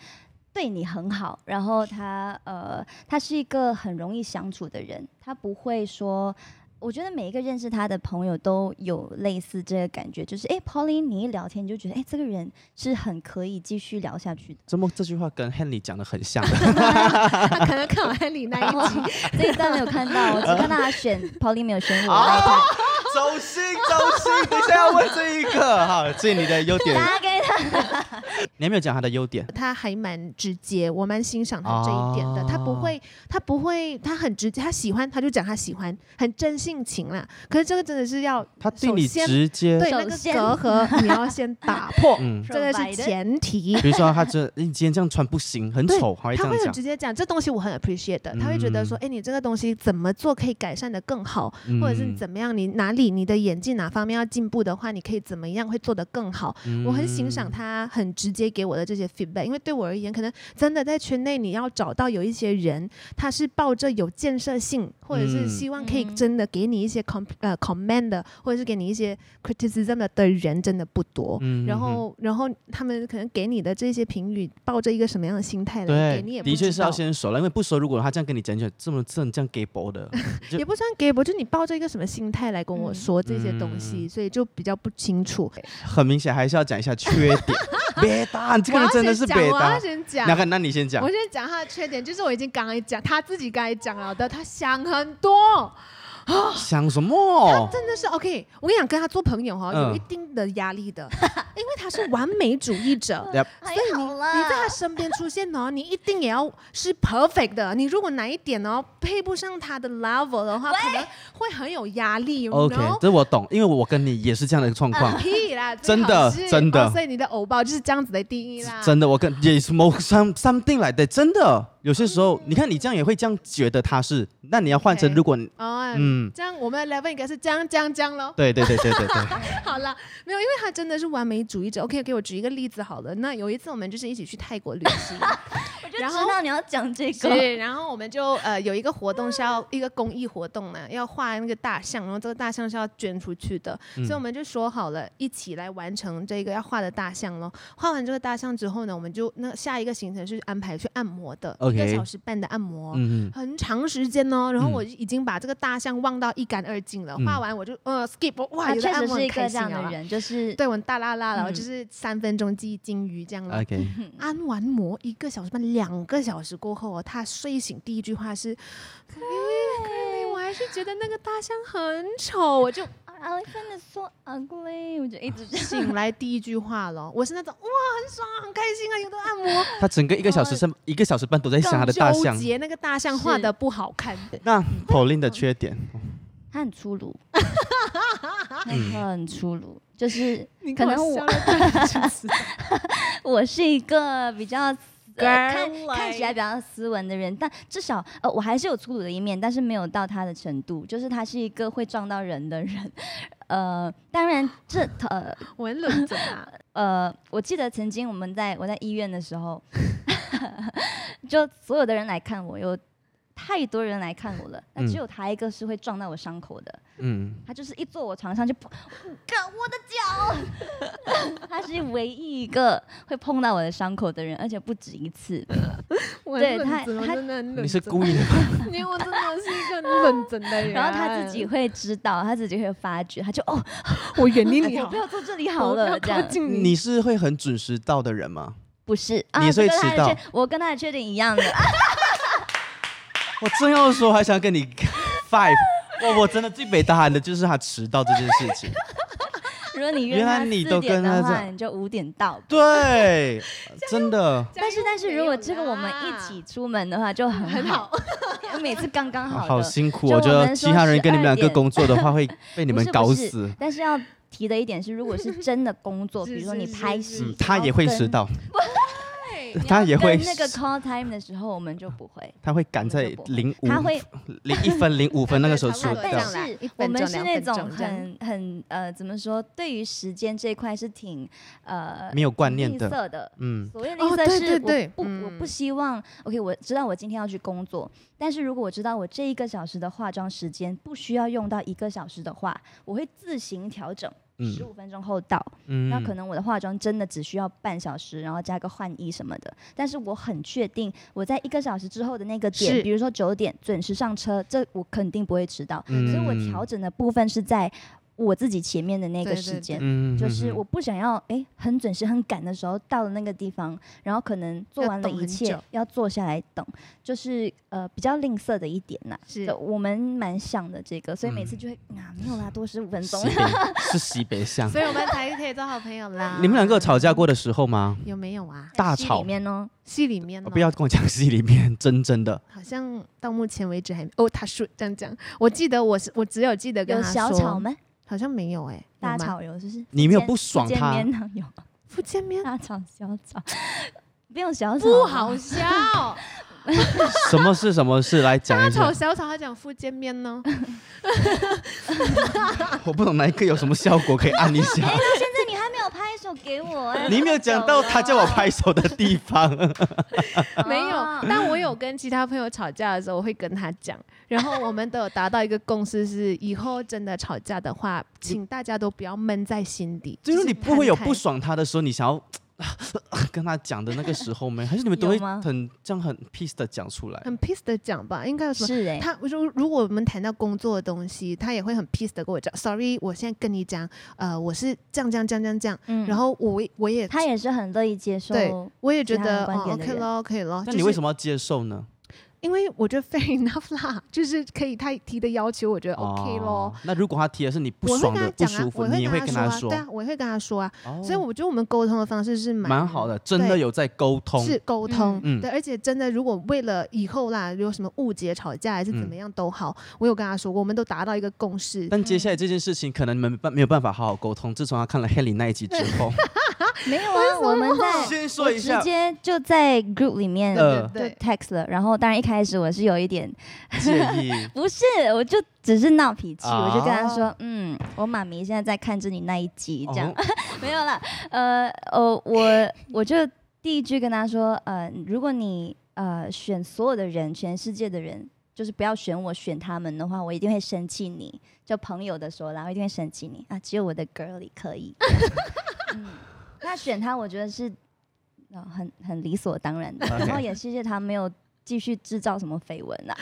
对你很好。然后他，呃，他是一个很容易相处的人，他不会说。我觉得每一个认识他的朋友都有类似这个感觉，就是哎，Pauline，你一聊天你就觉得哎，这个人是很可以继续聊下去的。
这么这句话跟 Henry 讲的很像，
他可能看完你那一集，
这一段没有看到，我只看到他选 Pauline 没有选我那一段，
走心走心，等一下要问这一个哈，所以你的优点，
打给他。
你还没有讲他的优点，
他还蛮直接，我蛮欣赏他这一点的。
哦
他不会，他不会，他很直接，他喜欢他就讲他喜欢，很真性情啦。可是这个真的是要
他对你
首先
直接，
对
首
那个
先
隔 阂，你要先打破，
嗯，
这个是
Provided
前提。
比如说他这你今天这样穿不行，很
对
丑，还会这
他
样
会很
讲嗯
直，接讲这东西我很 appreciate 的，他会觉得说，哎、你这个东西怎么做可以改善的更好，或者是
嗯
怎么样，你哪里你的演技哪方面要进步的话，你可以怎么样会做得更好。
嗯
我很欣赏他很直接给我的这些 feedback，因为对我而言，可能真的在圈内你要找到有一些人，他是抱着有建设性，或者是
嗯
希望可以
嗯
真的给你一些 com 呃 comment 的，或者是给你一些 criticism 的的人真的不多。
嗯
然
嗯
后，然后他们可能给你的这些评语，抱着一个什么样的心态来
嗯对
给你也，不
的确
知
是要
道，
先熟了，因为不熟，如果他这样跟你讲讲，这么这么这样 gay 博的，就
也不算给我，就你抱着一个什么心态来跟我
嗯
说这些东
嗯
西，所以就比较不清楚。
很明显还是要讲一下缺 点。北大，你这个人真的是
我要先
北
讲，我要
大。
先讲
那。个，那你先讲
我。先讲他的缺点，就是我已经刚才讲，他自己刚才讲了的，他想很多，
想什么？
真的是 OK。我跟你讲，跟他做朋友哈、
嗯
有一定的压力的，因为他是完美主义 者。
Yep
还
所以你
好啦，
你在他身边出现哦，你一定也要是 perfect 的。你如果哪一点哦配不上他的 level 的话，可能会很有啊压力。you
OK，
know？
这我懂，因为我跟你也是这样的状况，
屁啦，最
真的
好是
真的
哦所以你的偶包就是这样子的定义啦。
真的，我跟也是某 some something 来的，真的。有些时候，你看你这样也会这样觉得他是，那你要换成
嗯 OK
如果
哦，
嗯，
这样我们的 level 应该是这样这样这样喽。
对对对对对 对，
好了，没有，因为他真的是完美主义者。OK，给我举一个例子好了。那有一次我们就是一起去泰国旅行，
我就
然
知
后
道你要讲这个，
是，然后我们就呃有一个活动是要一个公益活动呢，要画那个大象，然后这个大象是要捐出去的，
嗯
所以我们就说好了一起来完成这个要画的大象咯。画完这个大象之后呢，我们就那下一个行程是安排去按摩的一个
OK
小时半的按摩。
嗯嗯，
很长时间哦，然后
嗯
我已经把这个大象忘到一干二净了。
嗯
画完我就呃 skip，我哇，
他
有的
确
按
实
摩
是
很
一
开
个这
心
样的
啊。
人，就是
对，我大拉拉了，我
嗯
就是三分钟记忆金鱼这样了。
OK，
按完摩一个小时半，两个小时过后哦，他睡醒第一句话是：“可丽，我还是觉得那个大象很丑。”我就
啊 Elephant is so ugly，我就一直这样。
醒来第一句话了，我是那种哇，很爽，很开心啊，有的按摩。
他整个一个小时甚一个小时半都在想他的大
更
象
纠。结那个大象
是
画的不好看，
那 Pauline 的缺点，
他很粗 鲁，他很粗鲁，就是
你
可
给
能
笑
我
了半个小时
我是一个比较。 呃
Girl
看看起来比较斯文的人，但至少呃，我还是有粗鲁的一面，但是没有到他的程度，就是他是一个会撞到人的人。呃，当然这呃
我很冷静 啊。
呃，我记得曾经我 们在我在医院的时候，就所有的人来看我，有太多人来看我了，那
嗯
只有他一个是会撞到我伤口的，
嗯，
他就是一坐我床上就碰，干我的脚， 他是唯一一个会碰到我的伤口的人，而且不止一次。
我
对
很冷
他
真的我
他
真的很冷
你是
真
故意的吧？
你我真的是 一个很冷真的人。
然后他自己，会知道，他自己会发觉，他就哦， 哎
我远离你
我
好
不，要坐这里
我
好
不
了，
要
这
靠
样
近
你是会很准时到的人吗？
不是啊？
你也是会
我跟他的
迟到
缺我跟他的缺点一样的，啊
我正要说，还想跟你 five。我我真的最北大喊的就是他迟到这件事 情。
如果你约
原来
他
你
四
都
点
跟他
的
这
话，
样
你就五点到。
对，真的
这样
但是
又
但是
没
如果
有
这个我们一
啦
起出门的话就很
很
好
好，
每次刚刚
啊
好
好
的。
辛苦。
就
我觉
我
得
们
其
说
他人跟你们两
12
个
点
工作的话， 会被你
不
们
是不
搞
是
死。
但是要提的一点是，如果是真的工 作，
是
比如说
是
你
是
拍
是
戏
嗯，，他也会迟
迟到。
到，
对
他也会
跟那个 call time 的时候，我们就不会。
他会赶在
我们就不
零五
他会，
零一分零五分那个时 候出
对差不多
啊
到
这
但
样。啦一
是我
分钟
们是
两
那
分
种
钟这样
很很呃，怎么说？对于时间这一块是挺呃
没有观
挺
念
吝
的
啬的。
嗯，
所谓吝
哦
啬
对对
是我
对
不、我
嗯
不希望 OK，我知道我今天要去工作，但是如果我知道我这一个小时的化妆时间不需要用到一个小时的话，我会自行调整，
嗯
十五分钟后到。
嗯，
那可能我的化妆真的只需要半小时，然后加个换衣什么的。但是我很确定，我在一个小时之后的那个
是
点，比如说九点准时上车，这我肯定不会迟到。
嗯，
所以我调整的部分是在我自己前面的那个
对对
时间。
嗯，嗯，
就是我不想要诶很准时、很赶的时候到了那个地方，然后可能做
要
完了
等
一
很
切
久
要坐下来等，就是呃比较吝啬的一点呐、
是
就我们蛮像的这个，所以每次
嗯
就会、啊没有啦，多十五分钟
西。 北是西北向
所。以我们才可以做好朋友啦。
你们两个有吵架过的时候吗？
有没有啊？
大
戏
吵
里面呢，
戏里面、
哦不要，跟我讲戏里面，真真的。
好像到目前为止还没哦，他说这样讲，我记得我是我只有记得跟
有
他
小
说
吵吗？
好像没有哎、
大
有吗
吵有就是
你没有
见
不爽
见
他
面呢？有
不见面
大吵小吵，不用小吵
不
吗
好笑，
什么是什么事？来 讲
大
一下
吵。小吵，他讲不见面呢，
我不懂哪一个有什么效果可以按一 下。，
现在你还没有拍手给我哎
你没有讲到他叫我拍手的地方。
没有
哦。
但我有跟其他朋友吵架的时候，我会跟他讲，然后我们都有达到一个共识是，以后真的吵架的话，请大家都不要闷在心底，
就是你不会有不
是
爽他的时候，你想要呃跟他讲的那个时候没？还是你们都会
有吗
很这样很 peace 的讲出来？
摊开很 peace 的讲吧，应该有什么？
是哎，
他我说，如果我们谈到工作的东西，他也会很 peace 的跟我讲，sorry，我现在跟你讲，呃，我是这样这样这样这样这样，
嗯
然后我我也
他也是很乐意接受。
对我也觉
其他人
得
观
哦
点的
，OK
人
咯，OK 咯。
那
就
你
是
为什么要接受呢？
因为我觉得 fair enough 啦，就是可以他提的要求，我觉得 OK 咯
哦。。那如果他提的是你不
我会
爽
跟
的、不
他讲啊
舒，服，
我
你也会
跟
跟
他
他
说
说
啊，对。啊，我也会跟他说啊。
哦
所以我觉得我们沟通的方式是蛮
蛮好的，真的
对
有在沟通。
是沟通，
嗯嗯
对，而且真的，如果为了以后啦，有什么误解、吵架还是怎么样都好，我有跟他说，我们都达到一个共识。
嗯但接下来这件事情，可能你们没办没有办法好好沟通。自从他看了 Haley 那一集之 后，
没有啊，我们在
先
我
说一
直
下，
接就在 group 里面
呃
对
就
对对，
text 了，然后当然一开始我是有一点，
介 意
不是，我就只是闹脾气，
啊
我就跟他说，嗯，我妈咪现在在看着你那一集，这样
哦
没有啦，呃，哦，我我就第一句跟他说，呃，如果你呃选所有的人，全世界的人，就是不要选我，选他们的话，我一定会生气你。就朋友的说啦，然后一定会生气你啊，只有我的 girl 里可以。嗯，那选他，我觉得是、呃很很理所当然的。
OK
然后也谢谢他没有继续制造什么绯闻啊。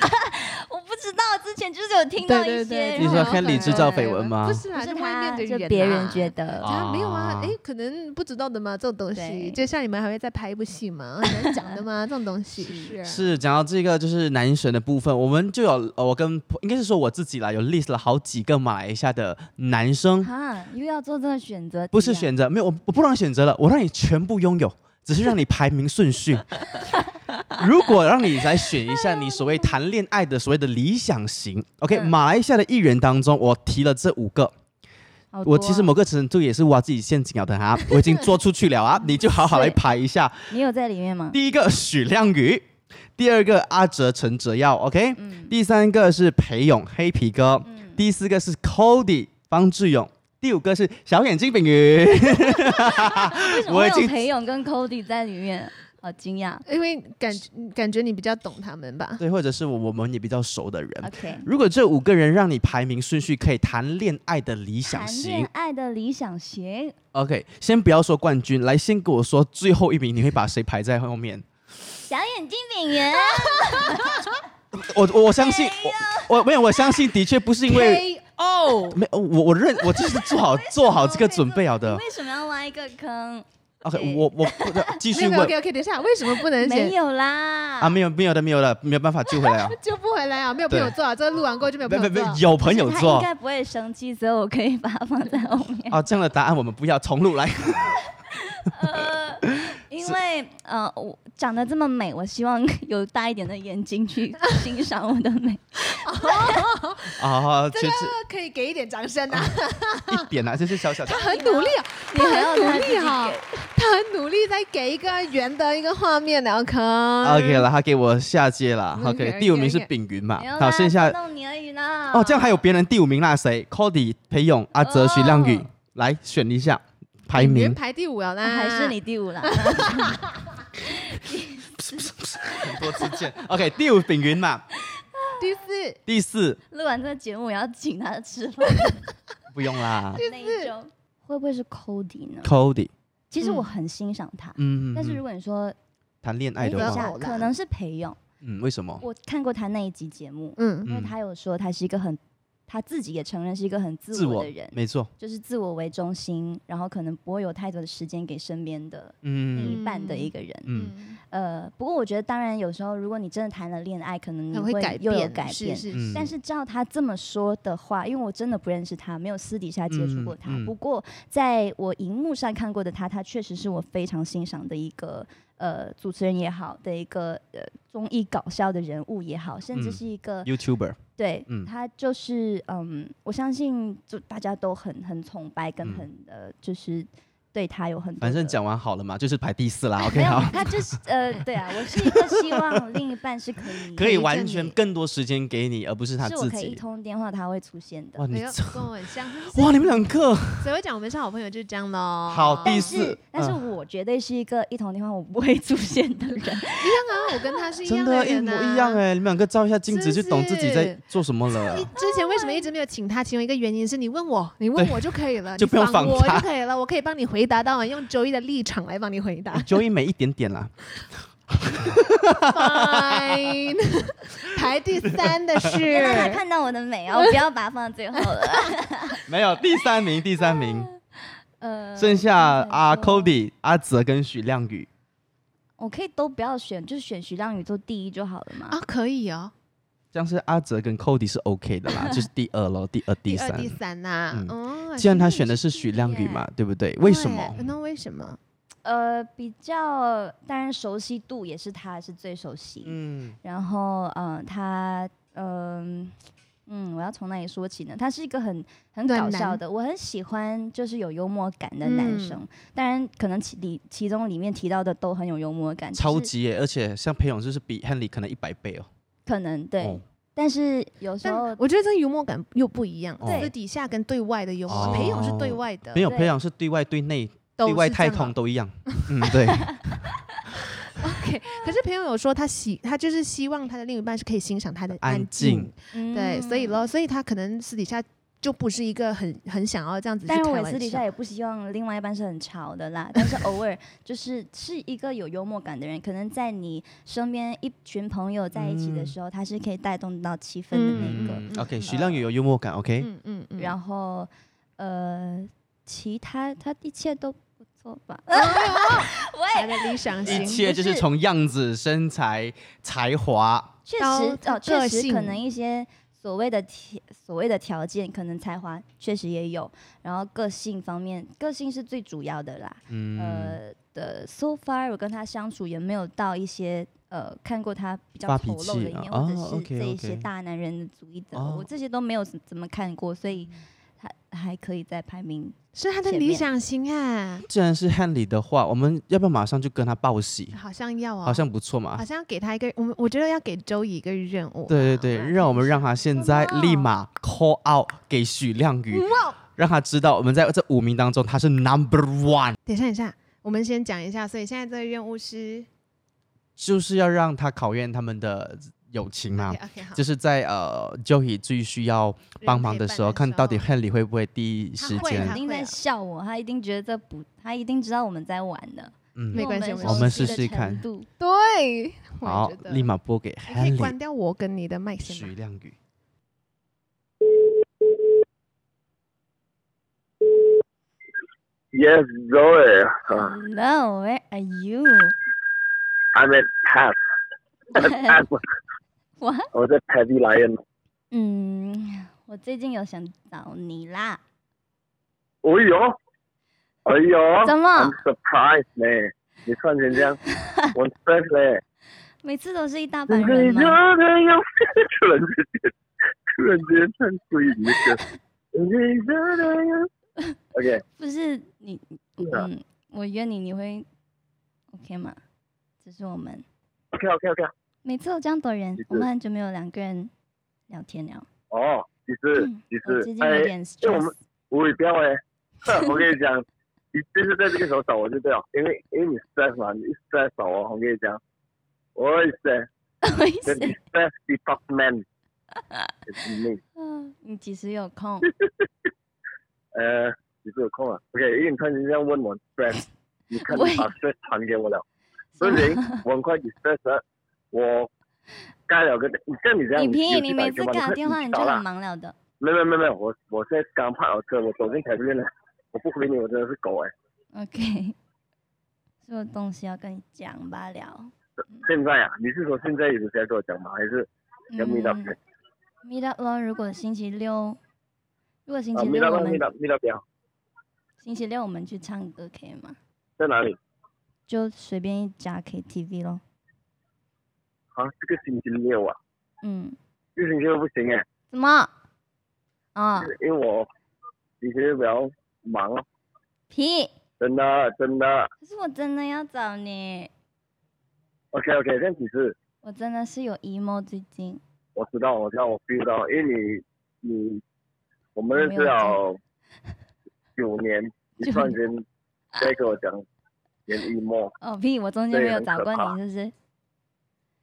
我不知道，之前就是有听到一
对
些，
对对，
你
然
说
后
Henry 制造绯闻吗
不是
啊
啦，
不是
外面
他，
的
就
人啦，
别人觉得
啊
啊，没有啊，
哦
哎，可能不知道的嘛，这种东西，
对
就像你们还会再拍一部 戏嘛，很难讲的嘛，这种东西
是啊
是讲到这个就是男神的部分，我们就有呃我跟应该是说我自己啦，有 list 了好几个马来西亚的男生，
哈，又要做这个选择题啊，
不是选择没有我我不让你选择了，我让你全部拥有，只是让你排名顺 序。如果让你来选一下你所谓谈恋爱的所谓的理想型，OK，、
嗯
马来西亚的艺人当中，我提了这五个，
好多啊，
我其实某个程度也是挖自己陷阱了的哈，我已经做出去了 啊，你就好好来排一下。
你有在里面吗？
第一个许亮宇，第二个阿哲陈哲耀，OK，、第
嗯
三个是裴勇黑皮哥，第四个是 Cody 方志勇，第五个是小眼睛炳宇，
为什 么
我
会
已经
有裴勇跟 Cody 在里面？好惊讶。
因为感感觉你比较懂他们吧？
对，或者是我我们也比较熟的人。
OK，
如果这五个人让你排名顺序可以谈恋爱的理 想
谈
型
恋爱的理想型，
，OK，先不要说冠军，来先给我说最后一名你会把谁排在后面？
小眼睛演 员，
我我我相信，我我没有，我相信的确不是因为
K O，
没我我认我就是做好做好这个准备好的。
为什么要挖一个坑？
OK，
对
我我不 继
没
续
有
问
OK OK，等一下，为什么不能
没
选？。
有啦，
啊，没有没有的没有的，没有办法救回来 啊
救不回来啊！没有朋
对
友做啊，这个录完过后就没有
没
朋
没没
友做啊。，
有朋友
他应
做
该不会生气，所以我可以把它放在后 面。
啊，这样的答案我们不要重录来。
呃，因为呃，我长得这么美，我希望有大一点的眼睛去欣赏我的美。
啊，其
这
实
个可以给一点掌声啊！
哦一点啊，就是小小的
他很努力啊，
你
他
还要
很努
他自己
力哈
给，
他很努力在给一个圆的一个画面啊的 OK。
嗯
OK 了，他给我下街了。
OK，
OK，第五名是
OK，OK
丙云嘛
没有，
好，
啦，
剩下
弄你而已啦。
哦，这样还有别人第五名那谁？Cody、裴勇、阿哲、徐亮宇
哦，
来选一下排
别人
名。
排第五了
啊
啦，
还是你第五 啦。
很多次见。OK，第五丙云嘛，
第四。
第四
录完这个节目，我要请他吃饭
不用啦
那一种。会不会是 Cody 呢？
，Cody，
其实我
嗯
很欣赏他，
嗯，
但是如果你说
谈恋爱
哎，等
的
一
话，
下，
话
可能是裴勇。
嗯，为什么？
我看过他那一集节目，
嗯，
因为
嗯
他有说他是一个很，他自己也承认是一个很
自
自我
我
的人，
没错，
就是自我为中心，然后可能不会有太多的时间给身边的
嗯
另一半的一个人。
嗯，
呃，不过我觉得，当然有时候如果你真的谈了恋爱，可能你
很会改
嗯又有
变，
改
是
变。
是
嗯
是，
但是照他这么说的话，因为我真的不认识他，没有私底下接触过他。
嗯嗯
不过在我荧幕上看过的他，他确实是我非常欣赏的一个呃主持人也好的一个呃综艺搞笑的人物也好，甚至
嗯
是一个
YouTuber，
对，
嗯
他就是嗯，我相信就大家都很很崇拜，跟
嗯
很、呃，就是对他有很多的。
反正讲完好了嘛，就是排第四 啦。OK，
没有
好，，
他就是呃，对啊，我是一个希望另一半是可以，
可以
陪着
完
你
全更多时间给你，而不是他
是我
自
可以一
己。
通电话他会出现的
哇，。你
哎呦
这
跟我很像，是不是
哇，你们两个
谁会讲我们是好朋友就是这样喽？
好第
但
四
是，但是
嗯
我绝对是一个一通电话我不会出现的人。
一样啊，我跟他是一
真
样
的，一
人
模
啊
一样。哎！你们两个照一下镜子
是
就
不
懂自己在
是
做什么 了。
之前为什么一直没有请他？其中一个原因是你问我，你问我就 可以了，
就
你
不用
仿
仿
我
他。
就可以了，我可以帮你回答到，啊用周一的立场来帮你回答
Joey 哎 美一点点 啦，
Fine，排 第三的
别让他
是
看到我的美啊，我不要把它放到最后了。
没有第三名，第三 名
嗯
呃，
剩下
我
阿
想说
Cody、阿泽跟许亮宇。
我可以都不要选，就选徐亮宇做第一就好了嘛。
啊，可以哦，
这样是阿哲跟 Cody 是 OK 的 啦，就是第二咯，第二、第
第二、
三。
第三呐
嗯。
哦，
既然他
是
选的是许亮宇嘛，对不对？为什么？
对那为什么？
呃，比较当然熟悉度也是他是最熟悉，
嗯，
然后嗯、呃他嗯、嗯，我要从哪里说起呢？他是一个很很
暖
搞
男
笑的，我很喜欢就是有幽默感的男生。当然，可能其里其中里面提到的都很有幽默感，
超
就是
级耶！而且像裴勇就是比 Henry 可能一百倍哦。
可能对，
哦
但是有时
但
候
我觉得这个幽默感又不一样，
对
私底下跟对外的幽默
哦，
裴勇是对外的
没，有，
对
裴勇是对外、对内、
都
对外
是这
太
样
空都一样。嗯，对，
OK，可是朋友有说他希他就是希望他的另一半是可以欣赏他的
安
静
静，。
对，所以
咯。
咯，所以他可能私底下就不是一个很很想要这样子去
但
开
是我
玩笑。
私底下也不希望另外一半是很吵的啦，但是 偶尔就是是一个有幽默感的人，可能在你身边一群朋友在一起的时候，他是可以带动到气氛的那个。
嗯
嗯
，OK，
嗯
许亮宇有幽默感，OK。
嗯嗯嗯，后
然后呃，其他他一切都不错吧？
啊他的理想
一
型
切就
不
是
是
从样子、身材、才华，
确
到
实
他
哦，确
个
实
性
可能一些所谓的条所谓的条件，可能才华确实也有，然后个性方面，个性是最主要的啦。
嗯，
呃的，so far 我跟他相处也没有到一些呃看过他比较
发
丑
脾
陋的
气
一面，
啊
或者
哦
是
，OK，
这一些
OK
大男人的主义者，
哦
我这些都没有怎怎么看过，所
嗯
以还还可以在排名。
是他的
前
理
面
想型啊，
既然是 Henry 的话，我们要不要马上就跟他报喜？
好像要啊，
好像不错嘛
好。像要给他一个，我们我觉得要给周乙一个任务。啊
对对对，让我们让他现在
什么
立马 call out 给许亮宇，让他知道我们在这五名当中他是 number one。
等一下，等一下，我们先讲一下，所以现在这个任务是
就是要让他考验他们的友情嘛。
OK OK 好，
就是在呃 Joey 最需要帮忙的时候，
人陪
看
伴的时候
到底 Henry 会不会第一
他
时
会
肯
间。
他
定
会
在
啊
笑我，他一定觉得不，他一定知道我们在玩的。
嗯
没关系
们
我
们试
熟悉的
试看
程度
对，我
好
也觉，得
立马拨给
你可以关
Henry
掉我跟你的麦先
徐
吗？
亮宇。，
Yes, Zoe. Uh,
Hello, where are you?
I'm at Pat. Pat.
我
我在 Paddy Lion。
嗯，我最近有想找你啦。
哎呦，哎呦，
怎么
？I'm surprised 呢、你突然间这样，我 surprise 嘞、
每次都是一大
你
班
这
人
一
吗？
下这样，突 然之间，突然之间唱鬼语的歌，你这一下这样。OK，
不是你，
是啊
嗯，我约你，你会 OK 吗？只是我们
OK OK OK。
每次都这样多人
其实，
我们很久没有两个人聊天了。
哦，其实
嗯
其
我
实
最，近
哎
有，点
因为我
stress
们。我也不要哎、 我跟你讲，你就是在这个时候找我就对了，因为因为你 stress 嘛，你一 stress 找我，我跟你讲，我也 stress，
我一
跟你
直
stress department。你
啊 你几时有 空？
呃，你是有空啊？OK，因为你突然间这样问我 stress，你看你
喂
把 stress 传给我了，所以 我很快 stress 了，我干了个，你像你这样，
你平
有
时
去
你
打
每
球
次
吗
打
快
电话你就
找啦
很忙了的。
没有没有没有没有，我我现在刚爬好车，我走进台面了，我不回你，我真的是狗哎、
OK，所有东西要跟你讲罢了。
现在啊，你是说现在有时间跟我讲吗？还是要 meet up？、
嗯，meet up 咯。如果星期六，如果星
啊
期
，meet
六
up
我
啊
们、
meet up meet up 表
星期六我们去唱歌可以吗？
在哪里？
就随便一家 KTV 咯。
啊，这个星期六啊，
嗯，
这个星期六不行哎、
怎么？啊、
因为我星期六比较忙哦，
屁！
真的真的。
可是我真的要找你，
OK OK，这样几次
我真的是有 emo 最近。
我知道我知道我 feel 到，因为你你我们认识了九年，你突然 间再跟我讲年一末。
哦屁！我中间
对
没有
很
找
可
过
怕
你，是不是？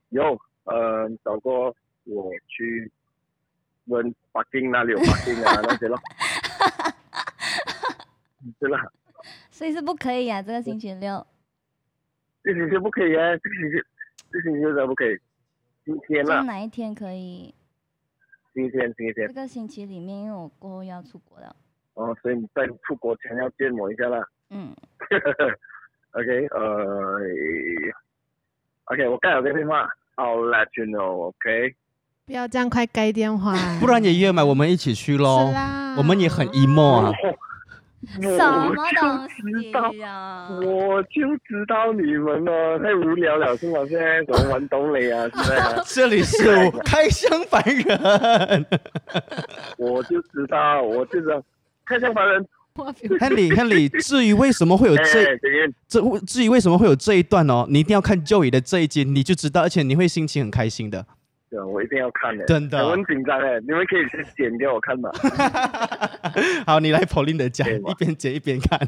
有，呃，找过我去问北京哪里有北京 啊那些咯。对啦，
所以是不可以啊，这个星期六。
这星期不可以啊，这星期这星期怎么不可以？今天
就
啦，
哪一天可以？
今天今天
这个星期里面，因为我过后要出国了。
哦，所以你在出国前要见我一下啦。
嗯，
OK，呃，OK，我刚有个电话，I'll let you know，OK？、
不要这样快盖电话
不然也约买我们一起去喽
是。啦，
我们也 很 emo 啊，
什么东
知道
西呀、
我就知道你们了，太无聊了是吗？现在怎么玩懂你啊？现在、啊、
这里是开箱凡 人。
我就知道，我就知道，看向旁人。
我
Henry Henry，至于为什么会有
哎、
呃 这
等一下
这，至于为什么会有这一段哦，你一定要看 Joey 的这一集，你就知道，而且你会心情很开心的。
对我一定要看的、
真的啊
我很紧张哎、你们可以去剪给我看嘛。
好，你来 Pauline 的家，
可以吗
一边剪一边看。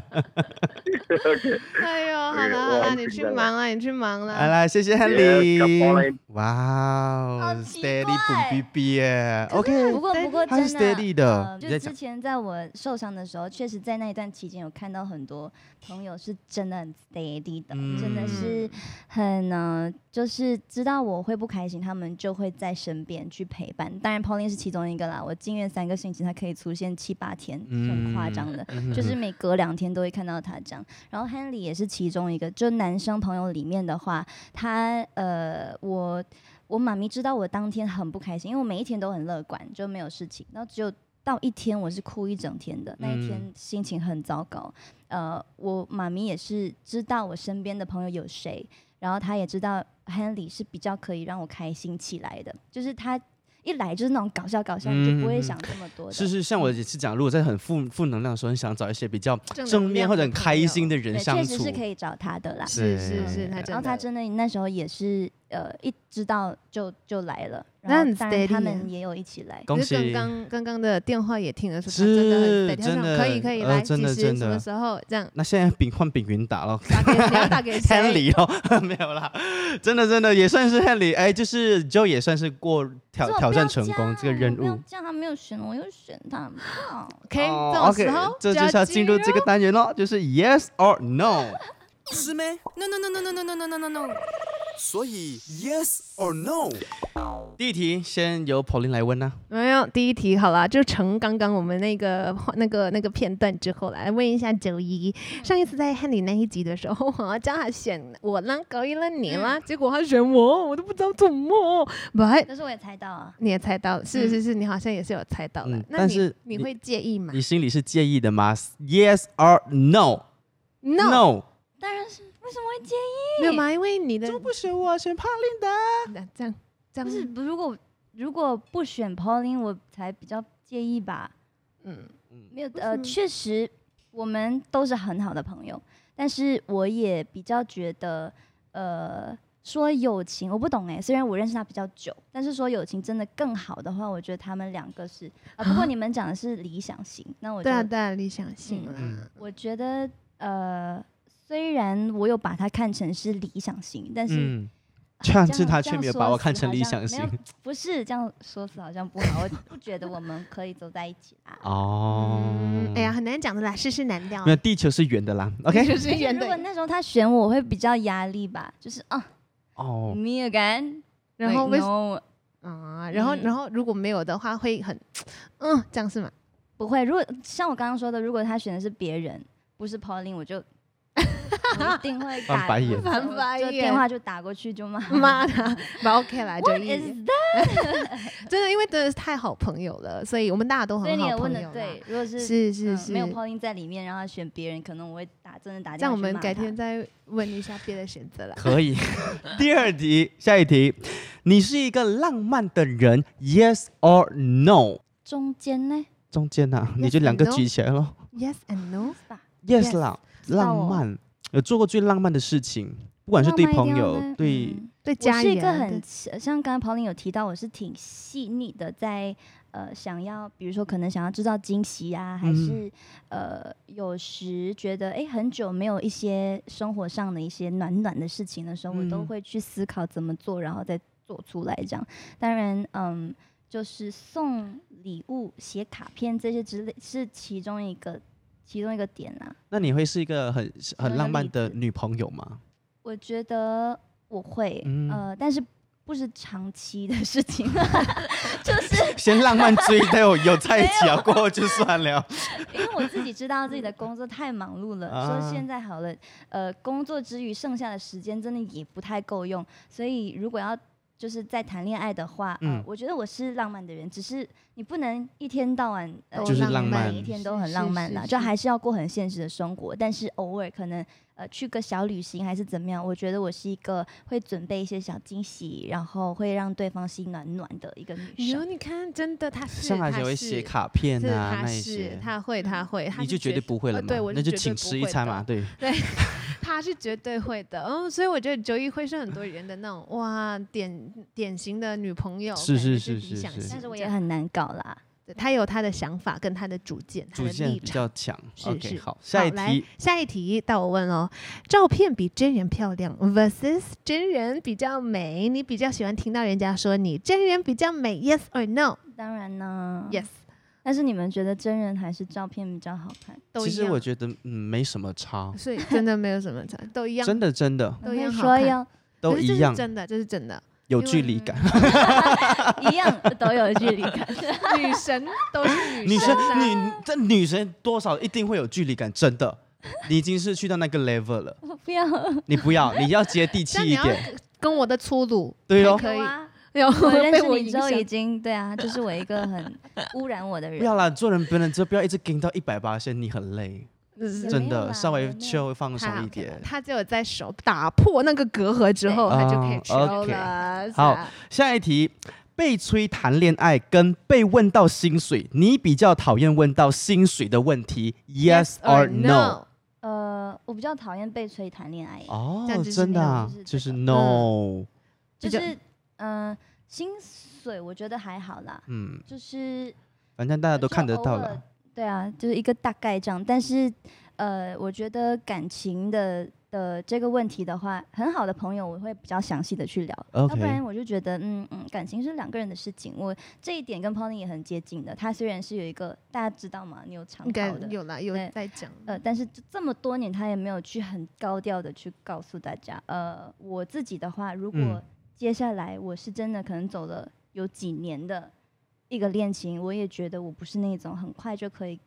哎呦，好
对
了
我
好了，
很
你
紧
去
张
忙了，你去忙
哎来
了。
来，谢谢 Henry
Pauline。
哇哦
好奇怪
，Steady 补 B B 耶
不
，OK，
过不过
它是
真的
steady 的
呃
你
就
在
之
讲
前在我受伤的时候，确实在那一段期间有看到很多朋友是真的很 steady 的，
嗯
真的是很呃，就是知道我会不开心，他们就会在身边去陪伴。当然，Pauline 是其中一个啦，我进院三个星期，他可以出现七八天，
嗯
是很夸张的。就是每隔两天都会看到他这样。然后 Henry 也是其中一个，就男生朋友里面的话，他呃，我我妈咪知道我当天很不开心，因为我每一天都很乐观，就没有事情，然后只有。到一天我是哭一整天的，那一天
嗯
心情很糟糕。呃，我妈咪也是知道我身边的朋友有谁，然后她也知道 Henry 是比较可以让我开心起来的，就是他一来就是那种搞笑搞笑，你就
嗯
不
嗯
会
嗯
想这么多的。
是是，像我也是讲，如果在很负负能量的时候，很想找一些比较
正能
正面
量
或者
的
很
朋
开
友
心的人
对，
相
确实
处
是。可以找他的啦。
哦
是是是，他
然后
真
他
的
真的那时候也是呃一知道就就来了，然后
那
当
很
然
steady 啊
他们也有一起来。
恭
可是
喜！
刚刚刚刚的电话也听得出，他
是
真的很对，他
真的
说可以可以
呃
来，
真
几
的
时
真
什
的
么时候这样
那现在丙换丙云 打了。
打给你要 打给谁？
Henry 哦，没有啦，真的真的也算是 Henry，哎，就是 Joe 也算是过挑
可是我
挑
不要
战成功
样
这个任
我不要
务。
这样他没有选我，我又选他， 不要
OK，这
哦
种
，OK，
时候
这就是要进入这个单元咯，就是 Yes or No。
是咩？No no no no no no no no no no。所以 yes or no？
第一题先由 Pauline 来问呐、啊
没有第一题好啦，就成刚刚我们那个那个那个片段之后来问一下九一，上一次在汉里那一集的时候，我要叫他选我啦，高一了你
嗯
啦，结果他选我，我都不知道怎么。But
但是我也猜到啊，
你也猜到，是是是，你好像也是有猜到的
嗯。
那
但
你
是
你
你
会介意吗
你心里是介意的吗？Yes or No？No，,
当然是为什么会介意？
没有吗？因为你的
怎么不选我，选 Pauline 的？
那这样这样
不是，如果如果不选 Pauline，我才比较介意吧。
嗯，
没有，
为什
呃，
么
确实我们都是很好的朋友，但是我也比较觉得，呃，说友情我不懂哎、虽然我认识他比较久，但是说友情真的更好的话，我觉得他们两个是，啊、不过你们讲的是理想型，那我就
对啊对啊，理想性啦。
嗯
我觉得呃，虽然我有把他看成是理想型，但是、
嗯，
这
但
样
是他
这
却
样
没有
说
把我
死
看成
好
理
像
想
没
型
有。不是这样说死好像不好，我不觉得我们可以走在一起 啦。
哦、
嗯，哎呀，，很难讲的啦，世事难料啊
没。有，地球是圆的啦。OK，
就是
而且
圆
哎如果
的，
那时候他选我，我会比较压力吧，就是啊，
哦，
me again，
然后为
no,
啊，然后
嗯
然后如果没有的话，会很嗯，这样是吗？
不会。如果像我刚刚说的，如果他选的是别人，不是 Pauline，我就 我一定会打
翻白眼
翻白眼
就电话就打过去就骂。
妈的，不 OK 啦，就
What
一
is that？
真的，因为真的是太好朋友了，所以我们大家都
所以
很
你
好
也问
朋
的
友。
对，，如果是
是是
嗯
是
没有。Pauline 在里面，然后他选别人，可能我会打真的打
这
电
样我
话去
们
骂
改
他
天再问一下别的选择 啦。
可以。 第二题，下一题，你是一个浪漫的人，Yes or No？
中间呢
中间呐、你
Yes
就两个
and no
举起来咯。
Yes and no，
是吧？
Yes
Yes
啦，
道
浪
哦
漫，有做过最浪漫的事情，不啊管是对
浪漫一
朋
定要
友
呢，
对、
嗯
对
我
家
是一个
人
很
对
呃像刚才 Pauline 有提到，我是挺细腻的在，呃想要，比如说可能想要制造惊喜啊，还
嗯
是、呃有时觉得哎、诶很久没有一些生活上的一些暖暖的事情的时候，我都
嗯
会去思考怎么做，然后再做出来这样。当然，嗯，就是送礼物、写卡片这些之类是其中一个其中一个点啦、
那你会是一个很很
个
浪漫
例
的
子
女朋友吗？
我觉得我会，
嗯
呃，但是不是长期的事情， 就是
先浪漫追，待有有在一起啊，过后就算 了。
因为我自己知道自己的工作太忙碌了，
啊
说现在好了，呃，工作之余剩下的时间真的也不太够用，所以如果要就是在谈恋爱的话，
嗯
呃，我觉得我是浪漫的人，只是你不能一天到晚、呃、
就是浪漫
每一天都很浪漫啦，
是是是
就还是要过很现实的生活，但是偶尔可能呃去个小旅行还是怎么样，我觉得我是一个会准备一些小惊喜，然后会让对方心暖暖的一个女
哟，
生。
你看，真的他是
上来
他
就会
是
写卡片
是
啊
他
那一
是
些，嗯
他会他会，他
你
是
就绝对不会了
呃
嘛？
对我
那
是
就
绝对
请
不
吃一
会
餐
的
嘛，对。
对，他是绝对会的。嗯，所以我觉得九一会是很多人的那种哇典典型的女朋友，
是
感
是
觉就是理
是
想
是
型
但是我
这
也
样
很难搞啦，
对他有他的想法跟他的主见，他
主
的
见
立
比
场。
较强。
是
OK，
是
好，下一
来
题，
下一题到我问哦，照片比真人漂亮 versus 真人比较美，你比较喜欢听到人家说你真人比较美，yes or
当然呢
no？yes
但是你们觉得真人还是照片比较好看？
都
其
一
实我
样，
觉得嗯没什么差，
所以真的没有什么差，都一样，
真的真的
都
我
一
会
样好
说
看
要
都
可是这
一
是
样，
真的这是真的，
有
因
距
为
离感。
一样都有距离 感。
女神都是
女
神
生
啊，
女这女生多少一定会有距离感，真的。你已经是去到那个 level 了，
我不要，
你不要，你要接地气
但你
一
要
点，
跟我的粗鲁
对哦
还，可以
有啊
有
我认
被
识
我
你
影
之后
响，
已经 对啊，就是我一个很污染我的人。
不要啦，做人不能就不要一直跟到一百八先，你很累，
嗯
也
真
没有
的，
啦
稍微
也没有
稍微放
还
松
好
一点。
他只有在手打破那个隔阂之后，
对
他就可以
哦
chill
，OK
了。是
好
吧
下一题，被催谈恋爱跟被问到薪水，你比较讨厌问到薪水的问题，yes or 哦 no？
呃，我比较讨厌被催谈恋爱，
哦
这样就，是
真的啊
没有就
就是
是这，个嗯
no。
就
比较
是嗯、呃薪水我觉得还好啦，
嗯，
就是
反正大家都
就
看得
偶
到
尔
了。。
对啊，就是一个大概这样。但是，呃，我觉得感情的的这个问题的话，很好的朋友我会比较详细的去聊
OK
要不然我就觉得，嗯嗯，感情是两个人的事情。我这一点跟 Pony 也很接近的。他虽然是有一个大家知道嘛，你有长
应该
跑的，
有啦，有
对
在讲。
呃，但是这这么多年，他也没有去很高调的去告诉大家。呃，我自己的话，如
嗯
果接下来我是真的可能走了有几年的一个恋情，我也觉得我不是那种很快就可以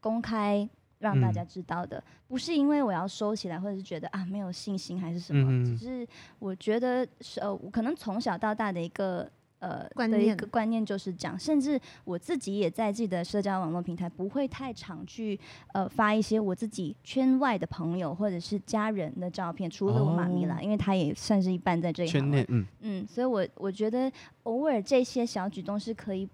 公开让大
嗯
家知道的，不是因为我要收起来，或者是觉得啊没有信心还是什么，
嗯
只是我觉得是呃，我可能从小到大的一个。呃，
观
的一
念
个观念就是这样，甚至我自己也在自己的社交网络平台不会太常去呃发一些我自己圈外的朋友或者是家人的照片，除了我妈咪啦，
哦
因为她也算是一半在这一
圈
行嘛
内，嗯，
嗯，所以我我觉得偶尔这些小举动是可以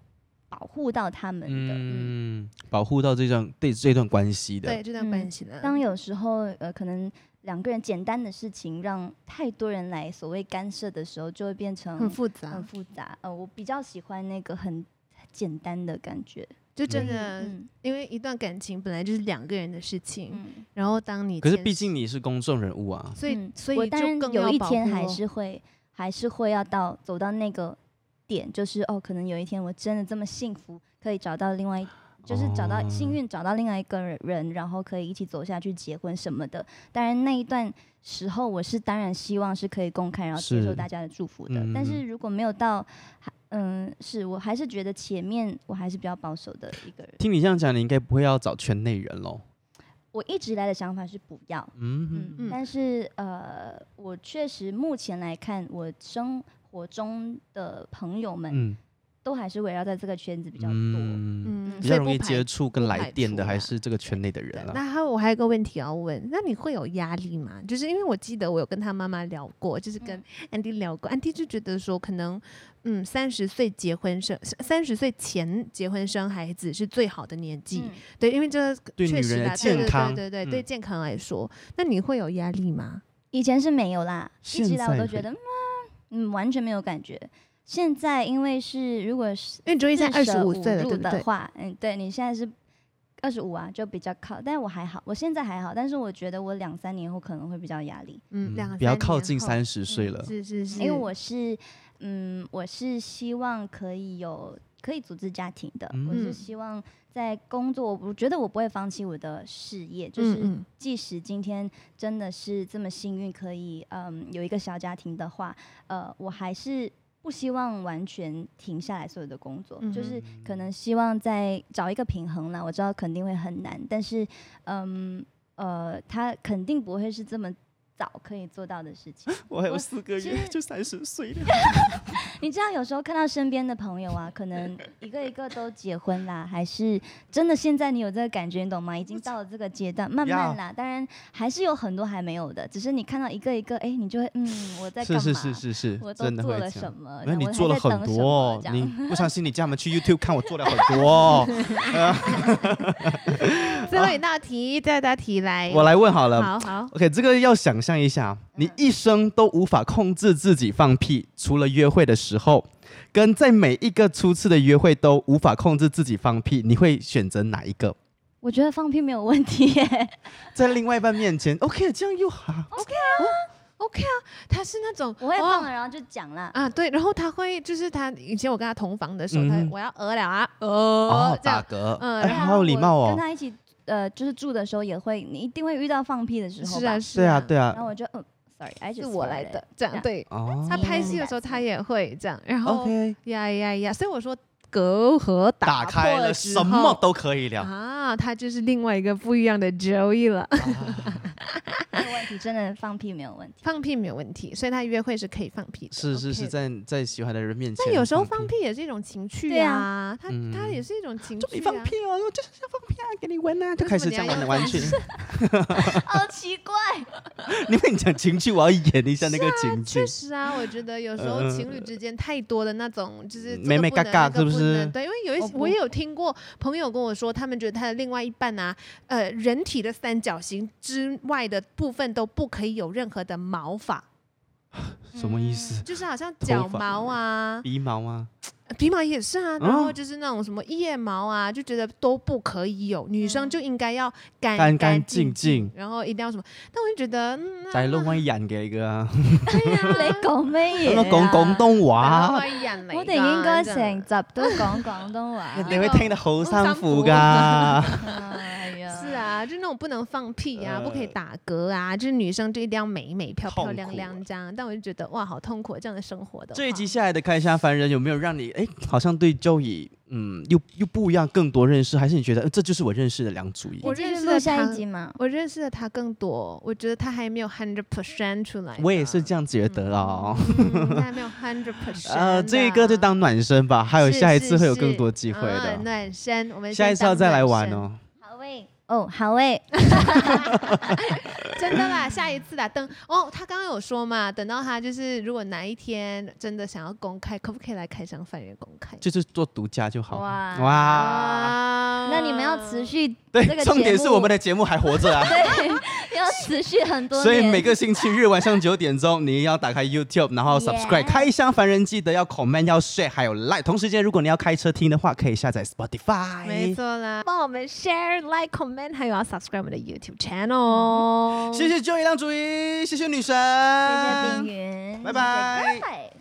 保护到他们的，嗯。
嗯，保护到这段对这段关系的，
对，这段关
嗯
系的。
当有时候呃，可能两个人简单的事情让太多人来所谓干涉的时候，就会变成
很复杂
很，复杂。呃，我比较喜欢那个很简单的感觉。
就真
嗯
的，
嗯
因为一段感情本来就是两个人的事情，
嗯，
然后当你
可是
牵
毕竟你是公众人物啊，
所以、
嗯
所
我
以
当
就
然
更
有
要
一
保
天
护哦
还
咯
是会还是会要到走到那个点，就是哦，可能有一天我真的这么幸福，可以找到另外一。就是找到幸
哦
运，找到另外一个人，然后可以一起走下去，结婚什么的。当然那一段时候，我是当然希望是可以公开，然后接
是
受大家的祝福的。
嗯
但
嗯
是如果没有到，还嗯，是我还是觉得前面我还是比较保守的一个人。
听你这样讲，你应该不会要找圈内人喽。
我一直以来的想法是不要，
嗯，
嗯，但是呃，我确实目前来看，我生活中的朋友们
嗯
都还是围绕在这个圈子比较多。
嗯，
嗯，
比
所
较
以
容
不
易
排
接触跟
不
来
排
电的
除
还
啦
是这个圈内的人啊
对
了。
那还有我还有一个问题要问，那你会有压力吗？就是因为我记得我有跟他妈妈聊过，就是跟
嗯
安迪聊过，安迪就觉得说，可能嗯，三十岁结婚生，三十岁前结婚生孩子是最好的年纪，
嗯
对，因为这
对
确
女
实
人的
啦，对
健
对
康
对对对，对
嗯
健康来说，那你会有压力吗？
以前是没有啦，一
现
直以来我
在
都
会
觉得，嗯嗯，完全没有感觉。现在因为是如果是
因为你追现在二十
45
五岁了，
入
对不
的
对？
话，嗯，对你现在是二十五啊，就比较靠，但我还好，我现在还好，但是我觉得我两三年后可能会比较压力，
嗯，两
比较
三
靠
年
近
后，
三十岁
嗯
了。
是是是，
因为我是，嗯，我是希望可以有可以组织家庭的，我
嗯
是希望在工作，我觉得我不会放弃我的事业，就
嗯
是
嗯
即使今天真的是这么幸运，可以嗯有一个小家庭的话，呃，我还是不希望完全停下来所有的工作，
嗯
就是可能希望再找一个平衡啦。我知道肯定会很难，但是嗯呃，他肯定不会是这么。早可以做到的事情，
我还
我
四个
其实
就三十岁了。
你知道有时候看到身边的朋 友啊，可能一个一个都结婚啦，还是真的现在你有这个感觉，你懂吗？已经到了这个阶段，慢慢啦，当然还是有很多还没有的，只是你看到一个一个，哎，你就会嗯，我在干
是
嘛？
是是是是，
我都
真的
做
会
了
这样
什。么？
那
然后
你
我还
做了
在等
很
什
多
么
哦，
这样
你不相信你叫他们去 YouTube 看我做了很多哦。
嗯 最后一道题，第二道题来，
啊我来问好了，
哎好好，
OK，这个要想象一下，你一生都无法控制自己放屁，除了约会的时候，跟在每一个初次的约会都无法控制自己放屁，你会选择哪一个？
我觉得放屁没有问题耶，
在另外一半面前，OK，这样又好。
OK 啊，他是那种
我会
哇
放了，然后就讲啦。
啊，对，然后他会就是他以前我跟他同房的时候，他
嗯
会
哼
我要鹅了啊，
哦
鹅，这
打
样，
嗝，
嗯
哎，
对啊
好有礼
我
貌
跟
哦。
他一起呃，就是住的时候也会，你一定会遇到放屁的时候
是
吧
啊，？是
对啊，对
然后
啊。
我就嗯，sorry，I just
是我来
farted
的，这样
呀
对。
哦
他拍戏的时候他也会这样，然后
，OK，
呀呀呀，所以我说隔阂
打
破
开了，
之
什么
后
都可以聊。
啊，他就是另外一个不一样的 Joey 了，
没有问题，真的放屁没有问题。
放屁没有问题，所以他约会是可以放屁的，
是是是，
OK 的。
在在喜欢的人面前。
但有时候放，屁也是一种情趣
对啊
啊，他他
嗯
也是一种情
就
趣啊。
你放屁哦，我就是要放屁啊，给你闻啊，就开始这样玩来玩去。
啊
好奇怪，
因为你讲情趣，我要演一下那个情
确
趣。
实啊，我觉得有时
嗯
候
嗯
情侣之间太多的那种就是
嗯
这
妹
个
妹
不
嘎
能
嘎
那个
是不
能
是
对，因为有一
哦
些我也有听过朋友跟我说，他们觉得他的另外一半啊，呃，人体的三角形之外的部分都不可以有任何的毛发。
什么意思？
就是好像脚毛啊、
鼻毛嗯啊，
皮毛也是啊，然
嗯
后就是那种什么腋毛啊，就觉得都不可以有，女生就应该要
干
干干
干净
净
净，
然后一定要什么，但我就觉得，嗯，
大陸可以人嘅嘅 啊，
哎你講
咁
咩嘢
啊
啊？
講廣東話，
我
我哋應該成集都講廣東
哎
話。
你會聽得好辛苦
好
㗎。
啊係啊，
是啊，就那种不能放屁啊，
呃
不可以打嗝啊，就是女生就一定要美美、漂漂
痛
亮
苦啊
亮这样。但我就觉得哇，好痛苦啊这样的生活的话。
这一集下来的看一下凡人有没有让你哎，好像对周乙嗯又又不一样，更多认识，还是你觉得、呃这就是我认识的梁祖怡？
我
我
认
就
识
是
的
录下
他
一集嘛。
我认识的他更多，我觉得他还没有 hundred percent 出来。
我也是这样觉得哦。
嗯，他还没有 hundred percent。
呃，这一个就当暖身吧，还有
是
下一次
是
会有
是
更多机会
啊
的。
暖身，我们
下一次要
当
再来
暖
玩
身。
哦。
好喂，哦，好喂，
真的啦，下一次啦，等哦，他刚刚有说嘛，等到他就是如果哪一天真的想要公开，可不可以来开箱犯人公开？
就是做独家就好。
哇
哇，
哇
那你们要持续
对
这
嗯
个，
重点
节
是
目，
我们的节目还活 着啊
对，要持续很多年。
所以每个星期日晚上九点钟，你要打开 YouTube，然后 subscribe
Yeah
开箱凡人，记得要 comment 要 share 还有 like。同时间，如果你要开车听的话，可以下载 Spotify。
没错啦，帮我们 share、like、comment，还有要 subscribe 我们的 YouTube channel 哦。
谢谢 Joey 让主怡，谢谢女神，
谢谢冰云，
拜拜
拜拜。